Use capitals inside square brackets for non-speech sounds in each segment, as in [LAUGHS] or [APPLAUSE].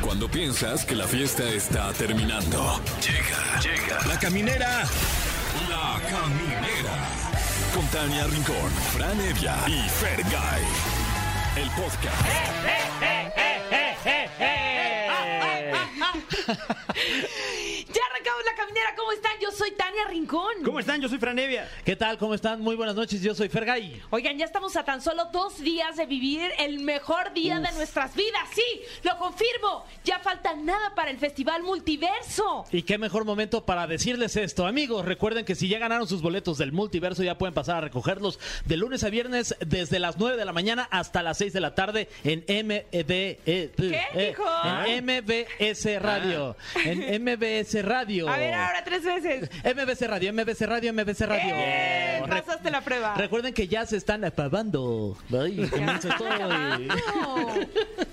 Cuando piensas que la fiesta está terminando. Llega, llega. La caminera. La caminera. Con Tania Rincón, Fran Evia y Fer El podcast. [LAUGHS] Ya arrancamos la caminera, ¿cómo están? Yo soy Tania Rincón. ¿Cómo están? Yo soy Franevia. ¿Qué tal? ¿Cómo están? Muy buenas noches, yo soy Fergay. Oigan, ya estamos a tan solo dos días de vivir el mejor día de nuestras vidas. Sí, lo confirmo. Ya falta nada para el Festival Multiverso. Y qué mejor momento para decirles esto. Amigos, recuerden que si ya ganaron sus boletos del multiverso, ya pueden pasar a recogerlos de lunes a viernes desde las 9 de la mañana hasta las 6 de la tarde en MB... eh, dijo? Ah. en MBS Radio. En MBS Radio. A ver, ahora tres veces. MBC Radio, MBC Radio, MBC Radio. ¡Eh! Re- Pasaste la prueba. Recuerden que ya se están apagando. Ay, Ya ¿cómo se se están estoy? acabando.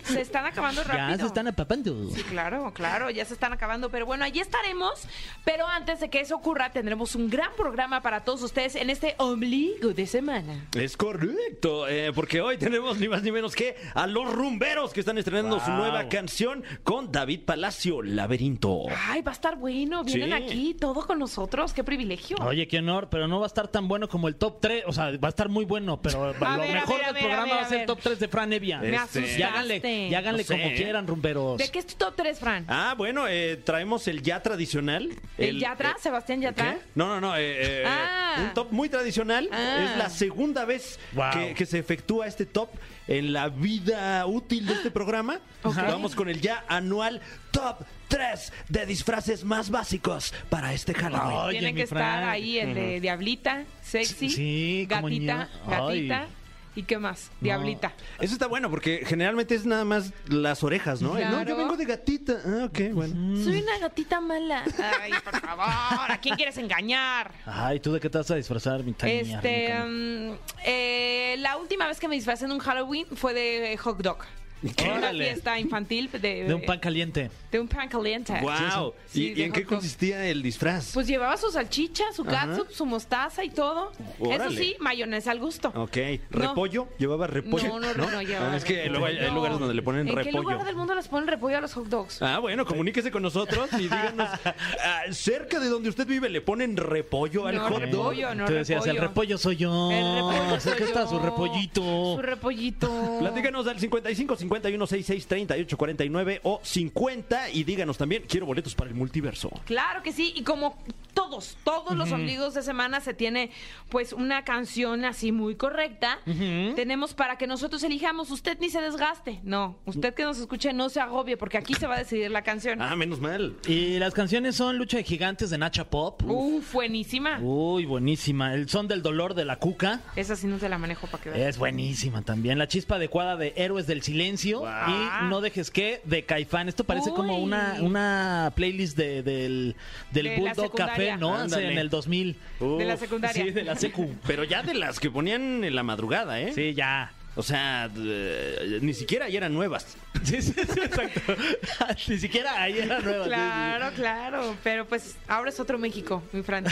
[LAUGHS] Se están acabando [LAUGHS] rápido. Ya se están apagando. Sí, claro, claro, ya se están acabando. Pero bueno, allí estaremos. Pero antes de que eso ocurra, tendremos un gran programa para todos ustedes en este ombligo de semana. Es correcto, eh, porque hoy tenemos ni más ni menos que a los rumberos que están estrenando su Wow. nueva canción con David Palacio, Laberinto. Ay, va a estar bueno. Vienen Sí. aquí todo con nosotros. Qué privilegio. Oye, qué honor, pero no va a estar tan bueno como el top 3. O sea, va a estar muy bueno, pero [LAUGHS] A lo ver, a mejor ver, del a ver, a programa ver, va a a ser ver. el top 3 de Fran Evia. Me Este, asustaste. Y háganle, y háganle No sé. como quieran, rumberos. ¿De qué es tu top 3, Fran? Ah, bueno, eh, traemos el ya tradicional. ¿El Yatra? eh, ¿Sebastián Yatra? ¿Qué? No, no, no. eh, eh, Ah. Un top muy tradicional. Ah. Es la segunda vez Wow. que, que se efectúa este top en la vida útil de este programa. [GASPS] Ok. Vamos con el ya anual top 3 de disfraces más básicos para este Halloween. Ay, oye, Tiene mi que estar Fran. ahí el de Diablita, Sexy, Sí, como Gatita, niño. Ay. Gatita. ¿Y qué más? Diablita. Eso está bueno porque generalmente es nada más las orejas, ¿no? El, No, Claro. yo vengo de gatita. Ah, ok, bueno. Soy una gatita mala. Ay, por favor, ¿a quién quieres engañar? Ay, ¿tú de qué te vas a disfrazar, mi Tania? Este, Rincón? mm, eh, la última vez que me disfrazé en un Halloween fue de eh, hot dog. En Una Órale. fiesta infantil de, De un pan caliente. de un pan caliente. Wow. Sí, ¿Y, de y en qué hot dog. consistía el disfraz? Pues llevaba su salchicha, su Ajá. catsup, su mostaza y todo. Eso Órale. sí, mayonesa al gusto. ok. No. ¿Repollo? ¿Llevaba repollo? No, no, no, no, llevaba Ah, es que repollo. luego hay, hay No. lugares donde le ponen ¿En qué repollo. lugar del mundo les ponen repollo a los hot dogs? Ah, bueno, comuníquese con nosotros [LAUGHS] y díganos, ah, cerca de donde usted vive le ponen repollo al No, hot dog? repollo, no Tú Eh, decías, el repollo. repollo soy yo. El repollo pues soy Acá está yo. su repollito. Su repollito. Platícanos al 55 51 66 38 49 o 50 y díganos también, quiero boletos para el multiverso. Claro que sí, y como todos, todos los ombligos de semana se tiene pues una canción así muy correcta. Tenemos para que nosotros elijamos, usted ni se desgaste. No, usted que nos escuche no se agobie porque aquí se va a decidir la canción. Ah, menos mal. Y las canciones son Lucha de Gigantes de Nacha Pop. Uf, buenísima. Uy, buenísima. El son del dolor de la cuca. Esa sí no te la manejo para que veas. Es buenísima también. La chispa adecuada de Héroes del Silencio y No Dejes que de Caifán. Esto parece como Uy. una, una playlist de- del, del De la Bulldog secundaria. Café, ¿no? Hace Ándale. En el 2000. De la Uf, secundaria. Sí, de la secu. Pero ya de las que ponían en la madrugada, ¿eh? Sí, ya. O sea, d- ni siquiera ya eran nuevas. Sí, sí, sí, exacto. [LAUGHS] Ni siquiera ahí era nueva. sí, sí. Claro, claro, pero pues ahora es otro México, mi Fran.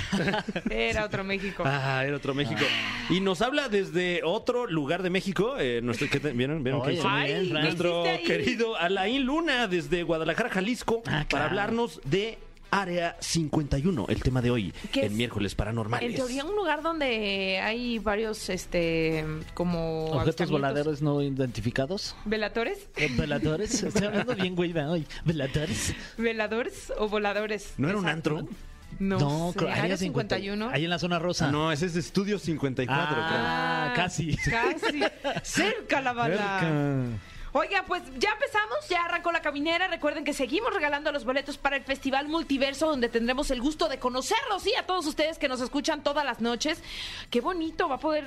Era otro México. Ah, era otro México. Y nos habla desde otro lugar de México. eh, nuestro, ¿qué te- ¿Vieron? ¿Vieron que Oye, hizo? muy Ay, bien, ¿qué Fran. Nuestro hiciste ahí? querido Alain Luna desde Guadalajara, Jalisco, Ah, claro. para hablarnos de Área 51, el tema de hoy, ¿Qué en es? miércoles paranormales. En teoría, un lugar donde hay varios, este, como... Objetos avistamientos. voladores no identificados. ¿Velatores? Eh, Veladores. Estoy hablando bien, güey, va, hoy. Veladores. ¿Veladores o voladores? ¿No era un Exacto. antro? No, sé. creo- Área 50, 51. Ahí en la zona rosa. No, ese es de Estudio 54. Ah, claro. casi. [LAUGHS] Casi. Cerca la bala. Cerca. Oiga, pues ya empezamos, ya arrancó la caminera. Recuerden que seguimos regalando los boletos para el Festival Multiverso, donde tendremos el gusto de conocerlos, sí, a todos ustedes que nos escuchan todas las noches. Qué bonito, va a poder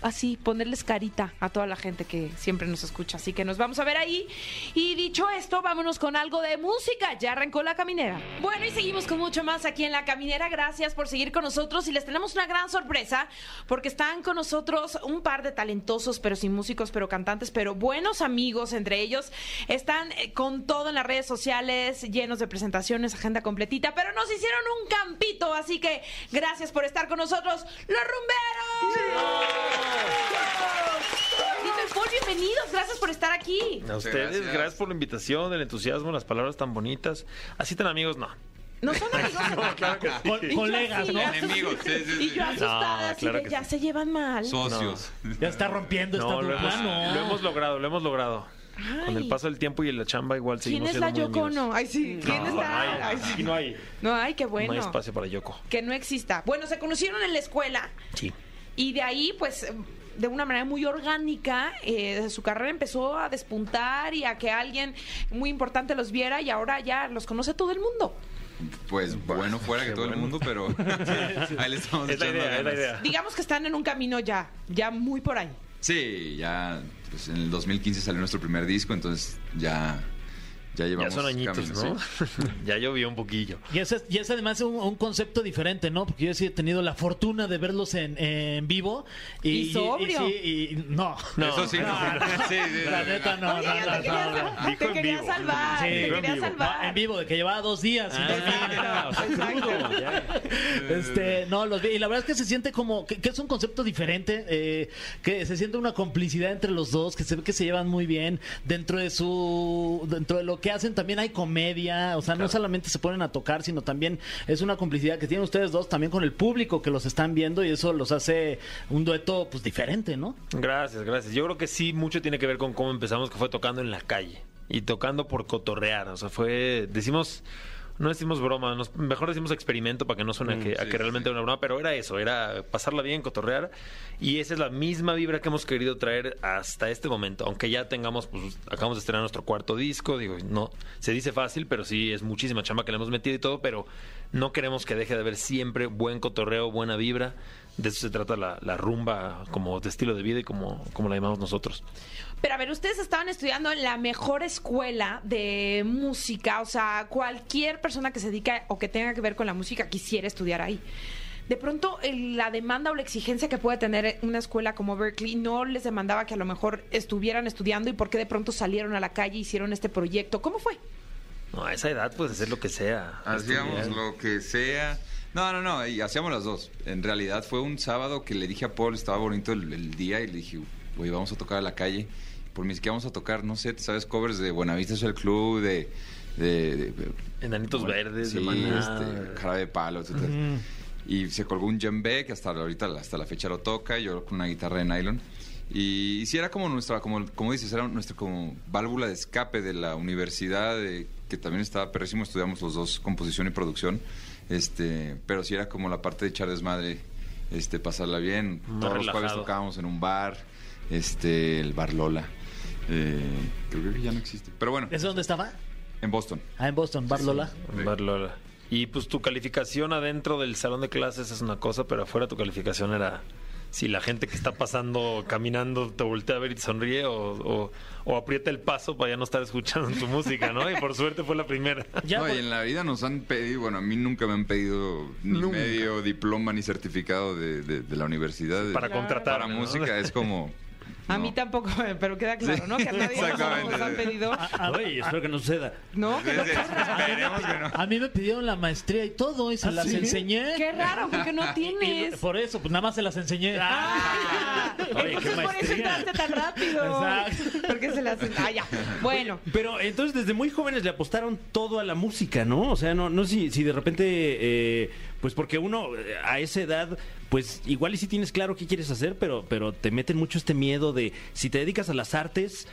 así ponerles carita a toda la gente que siempre nos escucha. Así que nos vamos a ver ahí. Y dicho esto, vámonos con algo de música. Ya arrancó la caminera. Bueno, y seguimos con mucho más aquí en la caminera. Gracias por seguir con nosotros y les tenemos una gran sorpresa porque están con nosotros un par de talentosos, pero sin músicos, pero cantantes, pero buenos amigos entre ellos. Están eh, con todo en las redes sociales, llenos de presentaciones, agenda completita, pero nos hicieron un campito, así que gracias por estar con nosotros, los rumberos. Dime, pon bienvenidos. Gracias por estar aquí. A Muchas ustedes, gracias. gracias. por la invitación, el entusiasmo, las palabras tan bonitas. Así tan amigos, no. No son amigos. Co- Y yo colegas, así, ¿no? ya asustada- Enemigos, sí, sí, Y sí. yo asustada, No, así claro de, que ya sí. se llevan mal. Socios. Ya está Pues rompiendo esta No, lo dupla, hemos, este no. lo hemos logrado, lo hemos logrado. Con el Ay. paso del tiempo y la chamba igual ¿Quién seguimos es la siendo muy Yoko amigos. Ono? Ay, sí. ¿Quién es No, la...? hay, Ay, sí. aquí no hay. No, ay, qué bueno. No hay espacio para Yoko. Que no exista. Bueno, se conocieron en la escuela. Sí. Y de ahí, pues, eh, de una manera muy orgánica, eh, su carrera empezó a despuntar y a que alguien muy importante los viera y ahora ya los conoce todo el mundo. Pues bueno, fuera que todo el mundo, [LAUGHS] pero [LAUGHS] ahí le estamos Es la echando idea, es la ganas. idea. Digamos que están en un camino ya, ya muy por ahí. Sí, ya pues, en el 2015 salió nuestro primer disco, entonces ya, ya Ya llevamos. son añitos, camino, ¿no? sí. [LAUGHS] ya llovió un poquillo. Y ese, es- y es además un, un concepto diferente, ¿no? Porque yo sí he tenido la fortuna de verlos en, en vivo. Y, Y sobrio. sí, y- no. Eso sí, no, sí, no. Sí, sí, La sí, neta, no. Oye, no, ya no, te quería, no, no. te quería salvar, Sí, te dijo en quería vivo. Ah, salvar. No, en vivo, de que llevaba dos días. sin dormir. [LAUGHS] Exacto, exacto. Este, no, los vi. Y la verdad es que se siente como que, que es un concepto diferente, eh, que se siente una complicidad entre los dos, que se ve que se llevan muy bien. Dentro de su, dentro de lo que hacen también hay comedia, o sea, no solamente se ponen a tocar, sino también es una complicidad que tienen ustedes dos también con el público que los están viendo y eso los hace un dueto pues diferente, ¿no? Gracias, gracias. Yo creo que sí, mucho tiene que ver con cómo empezamos, que fue tocando en la calle y tocando por cotorrear. O sea, fue. Decimos. No decimos broma, nos- mejor decimos experimento para que no suene a que, a Mm, sí, que realmente era sí. una broma, pero era eso, era pasarla bien, cotorrear. Y esa es la misma vibra que hemos querido traer hasta este momento. Aunque ya tengamos, pues acabamos de estrenar nuestro cuarto disco, digo, no, se dice fácil, pero sí es muchísima chamba que le hemos metido y todo, pero no queremos que deje de haber siempre buen cotorreo, buena vibra. De eso se trata la, la rumba como de estilo de vida y como, como la llamamos nosotros. Pero a ver, ustedes estaban estudiando en la mejor escuela de música, o sea, cualquier persona que se dedica o que tenga que ver con la música quisiera estudiar ahí. De pronto, el- la demanda o la exigencia que puede tener una escuela como Berkeley no les demandaba que a lo mejor estuvieran estudiando y por qué de pronto salieron a la calle e hicieron este proyecto. ¿Cómo fue? No, a esa edad puedes hacer lo que Ah, sea. Hacíamos Estudiar. lo que sea. No, no, no, y hacíamos las dos. En realidad fue un sábado que le dije a Paul, estaba bonito el, el día, y le dije, oye, vamos a tocar a la calle. Por mis que vamos a tocar, no sé, ¿te ¿sabes? Covers de Buenavista es el club, de... de, de- de- Enanitos bueno, verdes, de sí, Maná. este, Jarabe de Palo, etc. Y se colgó un djembe que hasta ahorita, hasta la fecha lo toca, yo con una guitarra de nylon. Y, sí era como nuestra, como, como dices, era nuestra como válvula de escape de la universidad, de- que también estaba perrísimo, estudiamos los dos composición y producción. Este, pero sí era como la parte de echar desmadre, este, pasarla bien. Más Todos los jueves relajado. tocábamos en un bar, este, el bar Lola. Eh, creo que ya no existe. Pero bueno, ¿Es dónde estaba? en Boston. Ah, en Boston, Bar Lola. Bar Lola. Y pues tu calificación adentro del salón de clases es una cosa, pero afuera tu calificación era si la gente que está pasando, caminando, te voltea a ver y te sonríe o, o- o aprieta el paso para ya no estar escuchando tu música, ¿no? Y por suerte fue la primera. Ya, no, por- y en la vida nos han pedido, bueno, a mí nunca me han pedido ni Nunca. medio diploma ni certificado de, de- de la universidad. de- Para contratar. para ¿no? música es como... A no. mí tampoco, [LAUGHS] pero queda claro, ¿no? Que a nadie nos [LAUGHS] Exactamente. han pedido. Ay, espero que no suceda. No, que no Esperemos que no. a mí me pidieron la maestría y todo y se las enseñé. Qué raro, porque [LAUGHS] no Y tienes. por eso, pues nada más se las enseñé. Ah, Oye, entonces qué por eso maestría. entraste tan rápido. Exacto. Porque se las. Ah, ya. Bueno. Pero entonces desde muy jóvenes le apostaron todo a la música, ¿no? O sea, no, no sé si, si de repente, eh, pues porque uno eh, a esa edad, pues igual y si tienes claro qué quieres hacer, pero, pero te meten mucho este miedo de si te dedicas a las artes,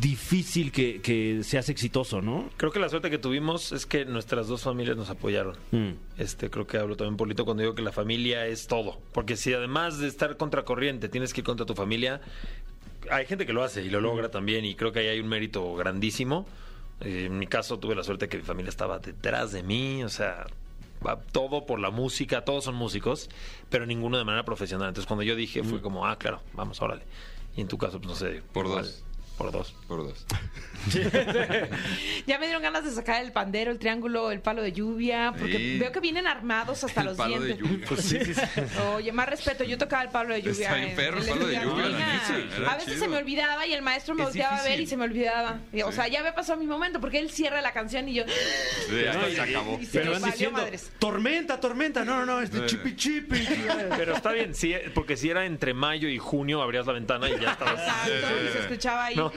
difícil que, que seas exitoso, ¿no? Creo que la suerte que tuvimos es que nuestras dos familias nos apoyaron. Mm. Este, creo que hablo también Polito cuando digo que la familia es todo. Porque si además de estar contracorriente tienes que ir contra tu familia, hay gente que lo hace y lo logra también. Y creo que ahí hay un mérito grandísimo. Eh, en mi caso tuve la suerte que mi familia estaba detrás de mí. O sea, va todo por la música, todos son músicos, pero ninguno de manera profesional. Entonces cuando yo dije fue como, ah, claro, vamos, órale. Y en tu caso, pues no sé. Por igual, dos. Por dos. por dos. Ya me dieron ganas de sacar el pandero, el triángulo, el palo de lluvia, porque Sí. veo que vienen armados hasta el los palo dientes. de lluvia. Pues Oye, más respeto, yo tocaba el palo de lluvia. Está bien en- perro el en la palo de lluvia, escuela. la neta, Mira, era A veces chido. se me olvidaba y el maestro me Es volteaba a ver difícil. y se me olvidaba. Y, O Sí. sea, ya había pasado mi momento porque él cierra la canción y yo. Sí, hasta se acabó. y se Pero me van valió diciendo, madres. tormenta, tormenta. No, no, no, este chipi chipi. Pero está bien, sí, porque si era entre mayo y junio, abrías la ventana y ya estabas. [LAUGHS] Exacto, y se escuchaba ahí. No,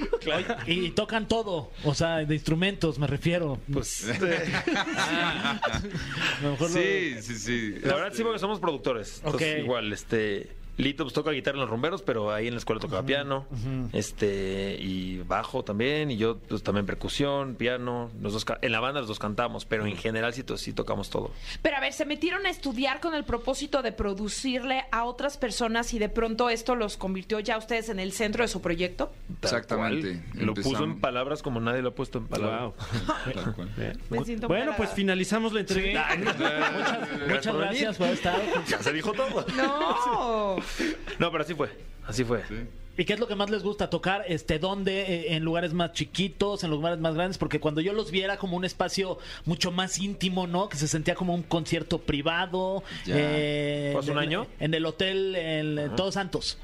Y tocan todo, o sea, de instrumentos me refiero. pues. [LAUGHS] A lo mejor lo- Sí, sí, sí. eh, La verdad sí, porque somos productores. Entonces, Ok. igual, este. Lito pues, toca guitarra en los rumberos, pero ahí en la escuela tocaba piano, este, y bajo también, y yo pues también percusión, piano, los dos ca- en la banda los dos cantamos, pero en general sí, to- sí tocamos todo. Pero a ver, se metieron a estudiar con el propósito de producirle a otras personas y de pronto esto los convirtió ya ustedes en el centro de su proyecto. Tal Exactamente. cual. Lo puso en Empezamos- palabras como nadie lo ha puesto en palabras. [LAUGHS] Wow. Tal cual. [LAUGHS] Me siento Bueno, pues halagada. finalizamos la entrevista. Ah, Ay, no. Muchas por venir. gracias por haber estado. Ya se dijo todo. [LAUGHS] No. No, pero así fue. Así fue. ¿Y qué es lo que más les gusta tocar? Este, ¿Dónde? Eh, ¿En lugares más chiquitos? ¿En lugares más grandes? Porque cuando yo los viera como un espacio mucho más íntimo, ¿no? Que se sentía como un concierto privado. Ya. eh, ¿Fue hace en un el- año? En el hotel en Todos Santos.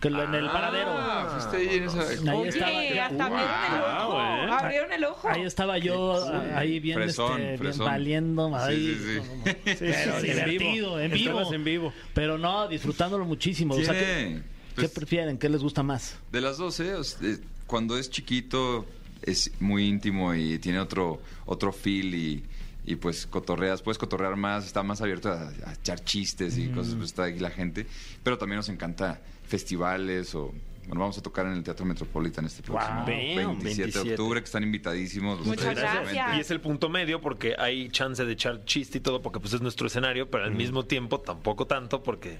Que lo- en el Ah, paradero. fuiste ahí en esa. Ahí Oye, estaba yo. hasta abrieron el ojo. Guau, eh. Abrieron el ojo. Ahí estaba yo, a- ahí bien, Fresón, este, bien fresón. valiendo. Sí, ahí, sí, sí. como- pero sí, en vivo. divertido, en vivo. Estabas en vivo. Pero no, disfrutándolo muchísimo. O sea, ¿qué, Tiene, pues, qué prefieren? ¿Qué les gusta más? De las dos, ¿eh? O sea, eh, Cuando es chiquito es muy íntimo y tiene otro, otro feel y, y, pues cotorreas, puedes cotorrear más, está más abierto a, a echar chistes y cosas, pues está ahí la gente. Pero también nos encanta festivales o... Bueno, vamos a tocar en el Teatro Metropolitan este próximo Wow. 27, de 27. octubre, que están invitadísimos. los Muchas tres, gracias. obviamente. Y es el punto medio porque hay chance de echar chiste y todo porque pues es nuestro escenario, pero al mismo tiempo tampoco tanto porque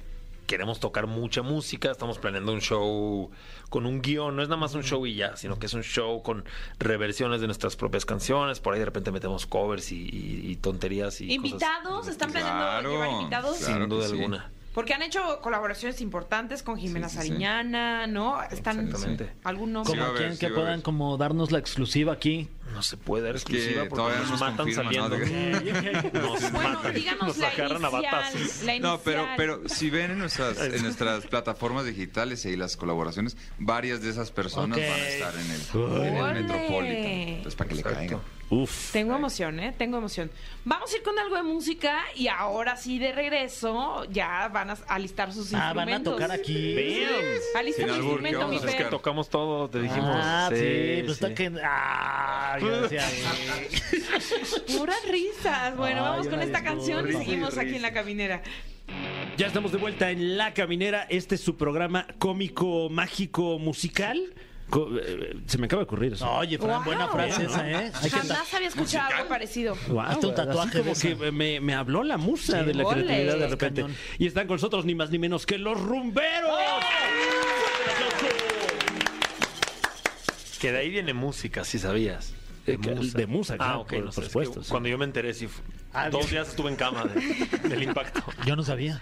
queremos tocar mucha música, estamos planeando un show con un guión, no es nada más un show y ya, sino que es un show con reversiones de nuestras propias canciones, por ahí de repente metemos covers y, y- y tonterías y invitados, cosas. están planeando pues, Claro. llevar invitados. Sí. Claro sin duda que alguna. Porque han hecho colaboraciones importantes con Jimena Sí, sí, sí. Sariñana, ¿no? Están Exactamente. algún nombre. Como va a aquí haber, en sí que va a puedan haber. como darnos la exclusiva aquí. No se puede dar Es que exclusiva porque todavía nos, no nos matan confirman, ¿no? saliendo. [LAUGHS] [LAUGHS] Nos Bueno, matan, díganos nos la agarran a inicial, batazos. la No, pero, inicial. pero si ven en nuestras, en nuestras plataformas digitales y ahí las colaboraciones, varias de esas personas Ok. van a estar en el, en el Órale. Metropolitan. Entonces, para que Exacto. le caigan. Uf. Tengo emoción, ¿eh? Tengo emoción. Vamos a ir con algo de música y ahora sí, de regreso, ya van a alistar sus Ah, instrumentos. van a tocar aquí. Alista Sin tu albur, ¿qué instrumento, vamos mi a Pues es que Fer. tocamos todo, te dijimos. Ah, sí, Sí, pues sí. está que. Ah, yo decía, eh. Puras risas. Bueno, Ay, vamos con una esta disculpa. canción y Risa y seguimos aquí en la caminera. Ya estamos de vuelta en La Caminera. Este es su programa cómico, mágico, musical. Co- eh, se me acaba de ocurrir eso. Oye, Fran, Wow. buena frase esa, ¿eh? Hay que ta- Jamás había escuchado algo parecido. Guau, Hazte un güey, tatuaje así como de esa. que me, me habló la musa Sí, de la ole. creatividad de repente. Cañón. Y están con nosotros ni más ni menos que los rumberos. ¡Ah! Que de ahí viene música, si sabías. Eh, que- de musa, Ah, claro, ok, por- no sé, por es que supuesto, sí. Cuando yo me enteré, sí. fu- Ah, dos bien. días estuve en cama de- del impacto. Yo no sabía.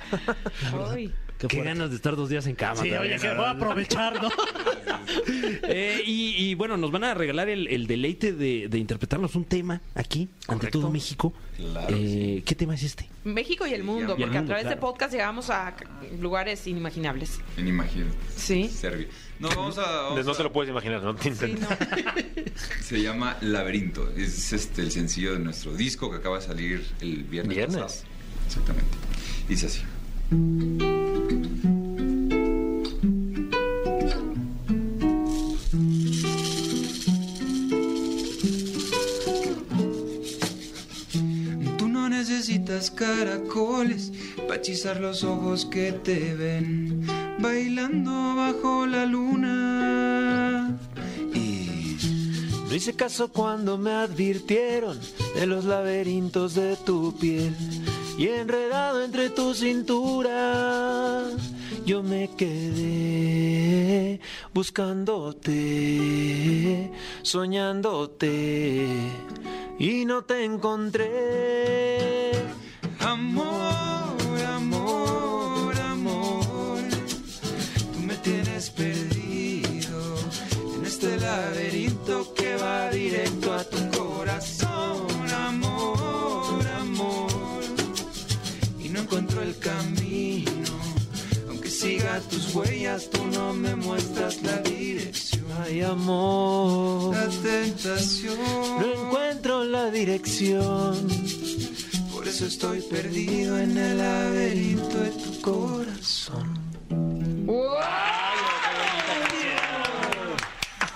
Ay. Qué Qué fuerte. ganas de estar dos días en cama. Sí, también, oye, la que voy a verdad. aprovechar, ¿no? [LAUGHS] Eh, y, y, bueno, nos van a regalar el, el deleite de, de interpretarnos un tema aquí, ante todo México. Claro, Eh, ¿Qué tema es este? México y el mundo, porque y el a mundo, través de claro. podcast llegamos a c- lugares inimaginables. Inimagino. Sí. Serbia. No, vamos a. vamos Entonces, no a- te lo puedes imaginar, no te Sí, intentes. no. Se llama Laberinto. Es este el sencillo de nuestro disco que acaba de salir el viernes. Viernes. pasado. Exactamente. Dice así. Tú no necesitas caracoles para hechizar los ojos que te ven bailando bajo la luna. Y No hice caso cuando me advirtieron de los laberintos de tu piel y enredado entre tu cintura yo me quedé buscándote, soñándote y no te encontré. Amor, amor, amor, tú me tienes perdido en este este laberinto que va directo a tu corazón, amor, amor. Y no encuentro el camino, aunque siga tus huellas, tú no me muestras la dirección. Ay, amor, La tentación, no encuentro la dirección. por eso estoy perdido en el laberinto de tu corazón.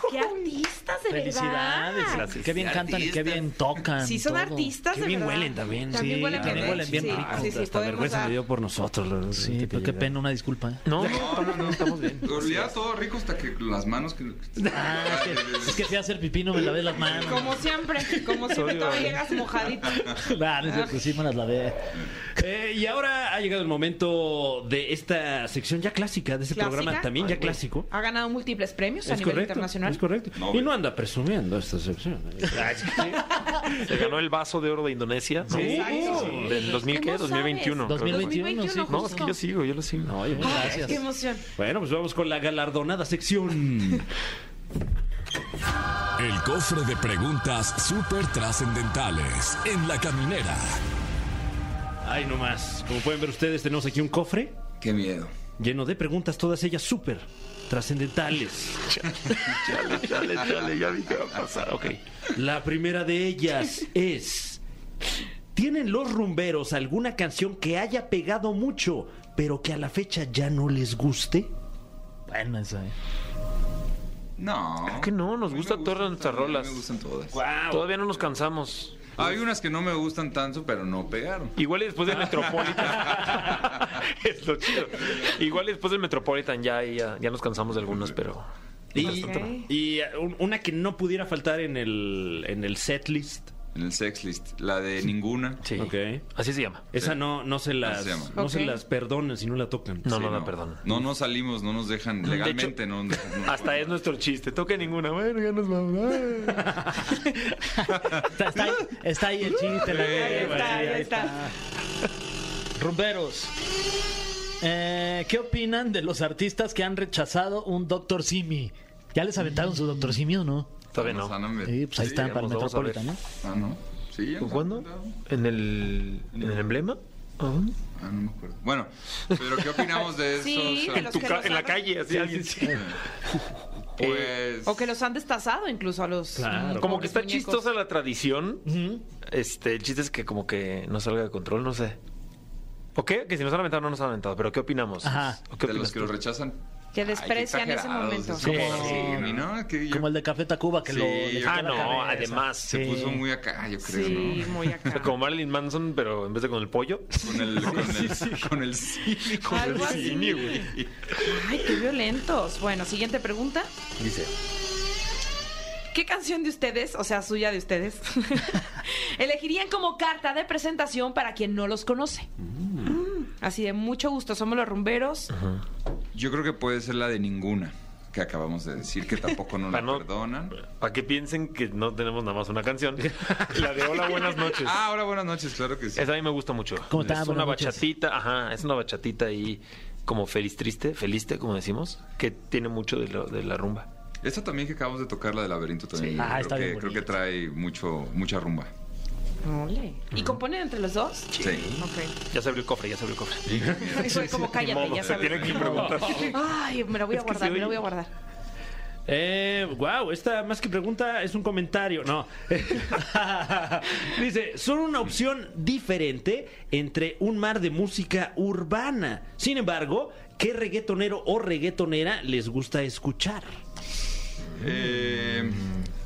¡Qué artistas, de Felicidades. verdad! Gracias. Qué bien cantan y qué bien tocan. Sí, son todo. artistas, Qué de bien verdad. huelen también. También sí, huelen también bien. huelen bien Sí, rico. sí, sí, Hasta podemos vergüenza dar- me dio por nosotros. la- Sí, pero la qué infidelidad. [LAUGHS] pena, una disculpa. ¿eh? [LAUGHS] No, No, no, no, estamos bien. Olía todo rico hasta que las manos que... Ah, es que- es que fui a hacer pipí, no me lavé las manos. Como siempre, como siempre, todavía llegas mojadito. Nah, Ah, no es cierto, sí me las lavé. Eh, y ahora ha llegado el momento de esta sección ya clásica de este ¿Clásica? programa, también ya Ay, güey. clásico. Ha ganado múltiples premios a Es nivel correcto, internacional. es correcto. No, y güey. no anda presumiendo esta sección. ¿eh? [LAUGHS] se ganó el vaso de oro de Indonesia. ¿no? Sí. Sí. ¿Del 2000 qué? ¿Cómo 2021. sabes? creo que fue. 2021, sí. No, es que yo justo. sigo, yo lo sigo. No, yo- Ay, Gracias. qué emoción. Bueno, pues vamos con la galardonada sección. El cofre de preguntas súper trascendentales en la caminera. Ay, no más. Como pueden ver ustedes, tenemos aquí un cofre Qué miedo. lleno de preguntas, todas ellas súper trascendentales. [LAUGHS] Chale, chale, chale, ya vi que va a pasar. Ok. La primera de ellas es... ¿Tienen los rumberos alguna canción que haya pegado mucho, pero que a la fecha ya no les guste? Bueno, eso. eh. No. Creo que no, nos A mí gusta me todas gustan, nuestras a mí rolas. Me gustan todas. Todavía no nos cansamos. Hay unas que no me gustan tanto, pero no pegaron. Igual y después del [LAUGHS] Metropolitan. es lo chido. Igual y después del Metropolitan ya, ya, ya nos cansamos de algunas, pero. Y, Ok. y, eh, un- una que no pudiera faltar en el, en el setlist. En el sex list. La de ninguna. Sí. Ok. Así se llama. Esa no, no se las, se llama. no se Ok. las perdonan si no la tocan. No, Sí, no, no, perdón. No nos salimos, no nos dejan legalmente, hecho, no nos dejan. no. Hasta es nuestro chiste. Toque ninguna. Bueno, ya nos vamos. Ah. Está, está ahí, está ahí el chiste. la- Ahí está, ahí está. Rumberos. Eh, ¿Qué opinan de los artistas que han rechazado un Dr. Simi? ¿Ya les aventaron su Dr. Simi o no? Todavía Nos no. han- Sí, pues ahí Sí, están ya para el nos vamos a ver. Metropolitan, ¿no? Ah, no. Sí, ya nos han ¿Cuándo? mandado. ¿En el, en el emblema? ¿A dónde? Ah, no me acuerdo. Bueno, pero ¿qué [LAUGHS] opinamos de esos? Sí, ah, de los Tu que ca- los en la han- calle, así alguien. Pues. O que los han destazado incluso a los. Claro. Como que está Pobres muñecos. chistosa la tradición. Este, el chiste es que como que no salga de control, no sé. ¿O qué? Que si nos han aventado, no nos han aventado. Pero ¿qué opinamos? Ajá. ¿O qué de los opinas que tú? los rechazan. Que Ay, qué desprecian ese exagerados, momento. es Como- como- sí, ¿no? Que yo- Como el de Café Tacuba que Sí, lo... yo- Ah, la no, cabeza. además. Se puso muy acá, yo creo, Sí, ¿no? muy O sea, acá. [LAUGHS] Como Marilyn Manson, pero en vez de con el pollo. [LAUGHS] Con el, con el, con el sí, con Algo el así. cine, güey. Ay, qué violentos. Bueno, siguiente pregunta. Dice. ¿Qué canción de ustedes, o sea, suya de ustedes, [LAUGHS] elegirían como carta de presentación para quien no los conoce? Mm, Así de mucho gusto, somos los rumberos. Yo creo que puede ser la de ninguna que acabamos de decir, que tampoco [LAUGHS] no la Para no- perdonan. Para que piensen que no tenemos nada más una canción. La de Hola, buenas noches. Ah, ahora buenas noches, claro que sí. Esa a mí me gusta mucho. ¿Cómo te va? es una Buenas noches. bachatita, ajá, es una bachatita ahí como feliz triste, feliste, como decimos, que tiene mucho de, lo- de la rumba. Esta también que acabamos de tocar, la de laberinto también. Sí. yo Ah, creo, está que, bien creo bonita. que trae mucho, mucha rumba. Ole. ¿Y componen entre los dos? Sí. [LAUGHS] Ok. Ya se abrió el cofre, ya se abrió el cofre. Y fue como cállate, modo, ya se sabes. tienen que preguntar. Ay, me la voy a guardar, me la voy a guardar. Eh, wow, esta más que pregunta es un comentario. No. [LAUGHS] Dice, son una opción diferente entre un mar de música urbana. Sin embargo, ¿qué reggaetonero o reggaetonera les gusta escuchar? Eh,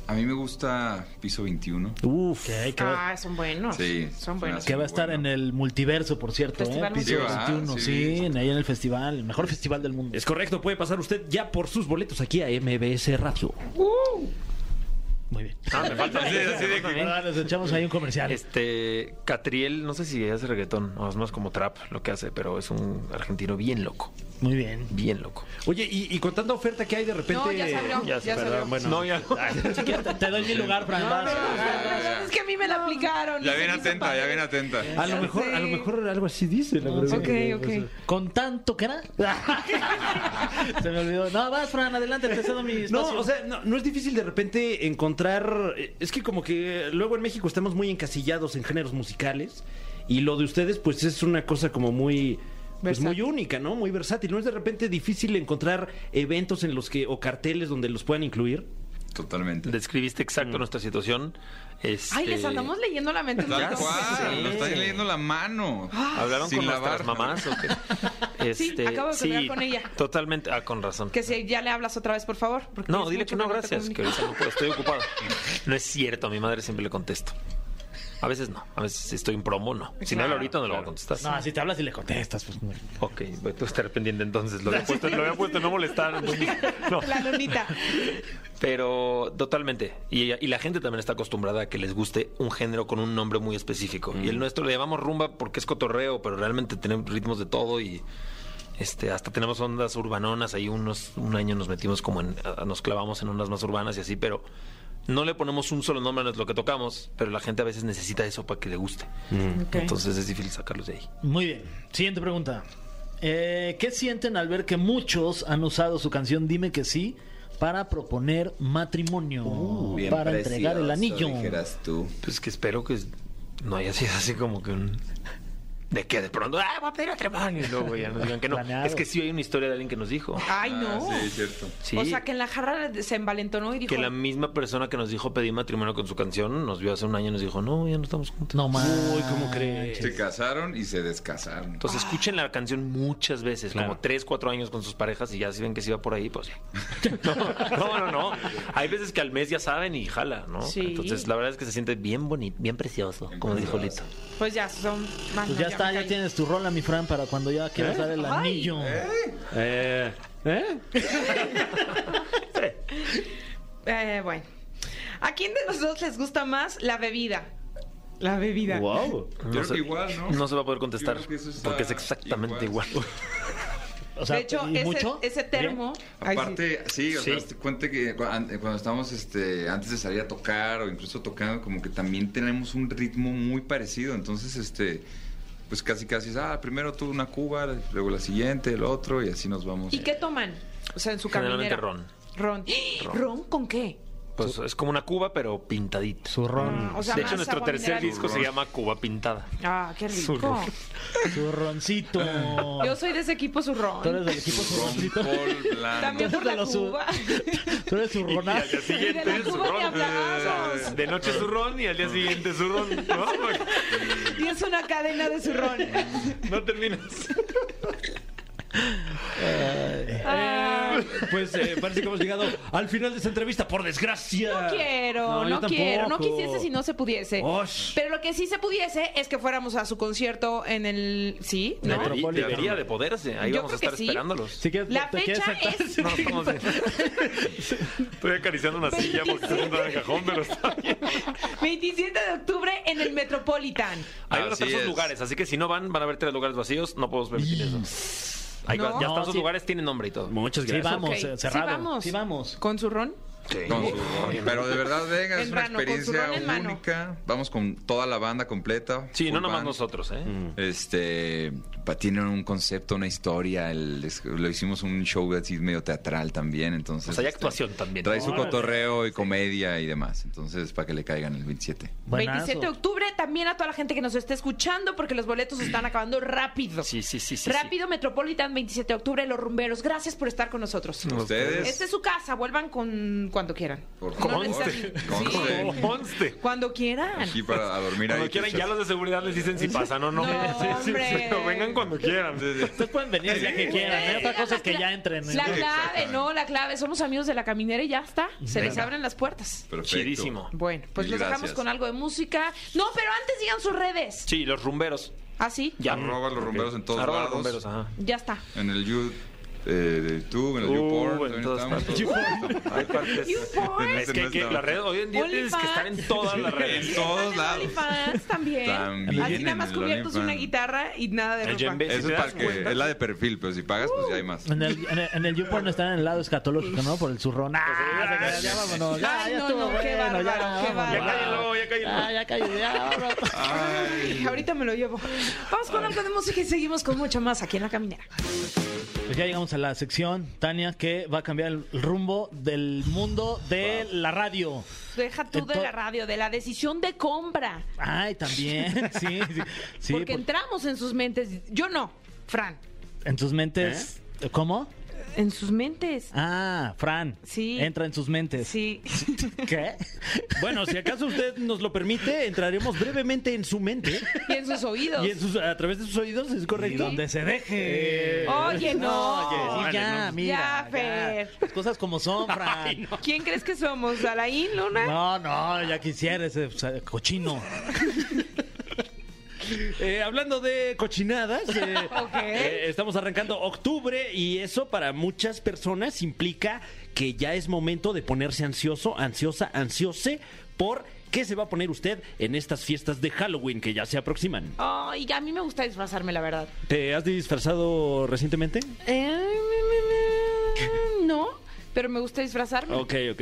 a mí me gusta Piso 21. Uf. Ok, que va- Ah, son buenos. Sí, Son buenos. que va a estar en el multiverso, por cierto. ¿eh? Festival Piso Multiverso. 21, Ah, sí, sí, en- ahí en el festival, el mejor festival del mundo. Es correcto, puede pasar usted ya por sus boletos aquí a MBS Radio. Muy bien. Ah, me falta. Sí, así de que- Ahora les echamos ahí un comercial. Este, Catriel, no sé si hace reggaetón, o es más como trap lo que hace, pero es un argentino bien loco, Muy bien. bien loco. Oye, y, y con tanta oferta que hay de repente... No, ya se abrió, Ya ya se- se abrió. Perdón, bueno. No, ya no. Te doy mi lugar, Fran. vas. Ah, que a mí me la aplicaron. Ya y se bien me hizo atenta, padre. ya bien atenta. A lo mejor, a lo mejor algo así dice la verdad. Ok, ok. Con tanto que era. [LAUGHS] Se me olvidó. No, vas, Fran, adelante, te cedo mi espacio. No, o sea, no, no es difícil de repente encontrar. eh, Es que como que luego en México estamos muy encasillados en géneros musicales y lo de ustedes pues es una cosa como muy pues Versátil. muy única, ¿no? Muy versátil. No es de repente difícil encontrar eventos en los que o carteles donde los puedan incluir. Totalmente. Describiste exacto nuestra situación. Este, Ay, les andamos leyendo la mente. un Tal montón. cual, lo están leyendo la mano. ¿Hablaron Sin con lavar. nuestras mamás o qué? [LAUGHS] Este, Sí, acabo de colgar con ella. Totalmente, ah, con razón. Que si ya le hablas otra vez, por favor. porque No, tienes dile mucho que no, te gracias, que comunicas. ahorita no puedo, estoy ocupado. No es cierto, a mi madre siempre le contesto. A veces no, a veces si estoy en promo, no. Si no Claro, hablo ahorita, no lo voy a contestar. No, si te hablas y le contestas, pues no. Ok, voy a estar pendiente entonces. Lo había puesto, lo había puesto en no molestar. [LAUGHS] No. La [LAUGHS] lunita. Pero totalmente. Y, y la gente también está acostumbrada a que les guste un género con un nombre muy específico. Y el nuestro le llamamos rumba porque es cotorreo, pero realmente tenemos ritmos de todo y este hasta tenemos ondas urbanonas. Ahí unos un año nos metimos como en a- nos clavamos en ondas más urbanas y así, pero no le ponemos un solo nombre a lo que tocamos, pero la gente a veces necesita eso para que le guste. Mm. Ok. Entonces es difícil sacarlos de ahí. Muy bien. Siguiente pregunta. Eh, ¿Qué sienten al ver que muchos han usado su canción Dime que sí para proponer matrimonio? Uh, Bien para entregar el precioso, anillo. dijeras tú. Pues que espero que no haya sido así como que un... De que de pronto, ah, voy a pedir matrimonio. Y luego ya nos digan que no. Planeado. Es que sí hay una historia de alguien que nos dijo. Ay, no. Ah, sí, cierto. Sí. O sea, que en la jarra se envalentonó y dijo... Que la misma persona que nos dijo pedí matrimonio con su canción nos vio hace un año y nos dijo, no, ya no estamos juntos. No más. Uy, ¿cómo Ah, crees? Se casaron y se descasaron. Entonces escuchen la canción muchas veces, Claro. como tres, cuatro años con sus parejas y ya si ven que se iba por ahí, pues [LAUGHS] ya. No, no, no, no. Hay veces que al mes ya saben y jala, ¿no? Sí. Entonces la verdad es que se siente bien bonito, bien precioso, Bien como dijo Lito. precioso. Pues ya, son... más, Pues no, ya está, me ya caí. tienes tu rola, mi Fran, para cuando ya quieras dar el Ay. anillo. Eh, ¿eh? Eh, bueno. ¿A quién de los dos les gusta más la bebida? La bebida. Wow. Yo creo que igual, ¿no? No se va a poder contestar Yo creo que eso ah, está porque es exactamente igual. [LAUGHS] O sea, de hecho, ¿y ese, mucho? ese termo... ay, sí. Aparte, sí, o Sí. sea, te cuente que cu- an- eh, cuando estamos este, antes de salir a tocar o incluso tocando, como que también tenemos un ritmo muy parecido. Entonces, este, pues casi casi es, ah, primero tú una cuba, luego la siguiente, el otro, y así nos vamos. ¿Y qué toman? O sea, en su Generalmente caminera. ron. Ron. [GASPS] ron. con qué? Pues es como una cuba, pero pintadita. Su ron, Ah, o sea, de hecho, más nuestro agua tercer mineral. disco se llama Cuba Pintada. Ah, qué rico. Zurrón. su roncito. Yo soy de ese equipo zurrón. Tú eres del equipo su Ron, roncito. Paul, blanco. También por la De los- Cuba. Tú eres su ronazo. [LAUGHS] Y Eh, de la Cuba ni hablamos. De noche zurrón y al día siguiente zurrón. [LAUGHS] No, Y es una cadena de zurrón. no terminas. [LAUGHS] Ah, Pues eh, parece que hemos llegado al final de esta entrevista, por desgracia. no quiero, No, no, yo quiero. No tampoco. Oh, quisiese si no se pudiese. Osh. Pero lo que sí se pudiese es que fuéramos a su concierto en el... ¿Sí? ¿No? Debería, Metropolitan. debería de poderse. Ahí Yo vamos a creo que estar sí. esperándolos. Si quieres, La te quieres fecha sentar. es... [LAUGHS] No, estamos bien. Estoy acariciando una silla porque se sienta en el cajón, pero está bien. 27 de octubre en el Metropolitan. Ahí van a estar Así sus es. lugares, así que si no van, van a haber tres lugares vacíos. No podemos permitir eso. Ahí va- No. ya No, están sus sí. lugares, tienen nombre y todo. Muchas Sí, gracias. vamos, Ok, eh, sí cerrado. vamos. Sí, vamos. ¿Con su ron? Con su- pero de verdad, venga, es En una mano, con su experiencia ron en mano. única. Vamos con toda la banda completa. Sí, no full nomás band. nosotros, ¿eh? Mm. Este, pa- tienen un concepto, una historia. el- es- lo hicimos un show así medio teatral también. Entonces, O sea, hay este, actuación también. Trae su Órale. cotorreo y comedia y demás. Entonces, para que le caigan el 27. Buenazo. 27 de octubre, también a toda la gente que nos esté escuchando, porque los boletos están acabando rápido. Sí, sí, sí, sí. sí. rápido, Metropolitan, 27 de octubre, Los Rumberos. Gracias por estar con nosotros. Ustedes. Esta es su casa, vuelvan con cuando quieran. Por No favor. necesitan- Conste. Sí, Conste. cuando quieran. Aquí para a dormir Cuando ahí. quieran, ya muchachos. los de seguridad [LAUGHS] les dicen si pasan o no. [LAUGHS] No, hombre. pero vengan cuando quieran. [LAUGHS] Ustedes pueden venir ya que quieran. ¿eh? Otra cosa es que ya entren. La clave, Exactamente. no, la clave. Somos amigos de la caminera y ya está. Se les abren las puertas. Perfecto. Chidísimo. Bueno, pues Mil los dejamos gracias. con algo de música. No, pero antes digan sus redes. Sí, los rumberos. Así, Ya. Arroba los rumberos en todos Arroba lados. los rumberos, ajá. ya está. En el You- eh, de YouTube, en el Uh, YouPorn. en también todas estamos, partes. [LAUGHS] todos Hay estamos. partes. YouPorn. Es que, que la red, hoy en día tienes que estar en todas las redes. [LAUGHS] En todos En lados. OnlyFans también. También Así nada en más el cubiertos una OnlyFans. guitarra y nada de El ropa. djembe. Si Eso te es das para que. cuenta- Uh. Es la de perfil, pero si pagas, pues ya hay más. En el, en el, en el YouPorn están en el lado escatológico, ¿no? Por el zurrón. Ah, se queda- ya vámonos. Ya, Ay, ya no, estuvo no, qué bueno, ya, bárbaro, vámonos. Ah, qué Ya bárbaro. cállenlo, ya cállenlo. Ya, ya cállate, ya, [LAUGHS] vámonos. Ay, [LAUGHS] ahorita me lo llevo. Vamos con algo de música y seguimos con mucho más aquí en la caminera. Pues ya llegamos a la sección, Tania, que va a cambiar el rumbo del mundo de la radio. Deja tú de Ento- la radio, de la decisión de compra. Ay, también. [LAUGHS] Sí, sí. sí, porque por- entramos en sus mentes. Yo no, Fran. en tus mentes. ¿Cómo? En sus mentes. Ah, Fran. Sí. Entra en sus mentes. Sí. [LAUGHS] ¿Qué? Bueno, si acaso usted nos lo permite, entraremos brevemente en su mente Y en sus oídos. y en sus, a través de sus oídos, ¿es Y correcto? donde se deje. Oye, no. Eh. Oye, sí, ya, no. mira. Ya, Fer. Las cosas como [LAUGHS] son, Fran. Ay, no. ¿Quién crees que somos? ¿Alain Luna? No, no, ya quisiera ese o sea, cochino. Eh, hablando de cochinadas, eh, Ok. eh, estamos arrancando octubre y eso para muchas personas implica que ya es momento de ponerse ansioso, ansiosa, ansiose por qué se va a poner usted en estas fiestas de Halloween que ya se aproximan. Ay, a mí me gusta disfrazarme, la verdad. ¿Te has disfrazado recientemente? Eh, [LAUGHS] mm, mm, mm, No, pero me gusta disfrazarme. Ok, [LAUGHS] ok.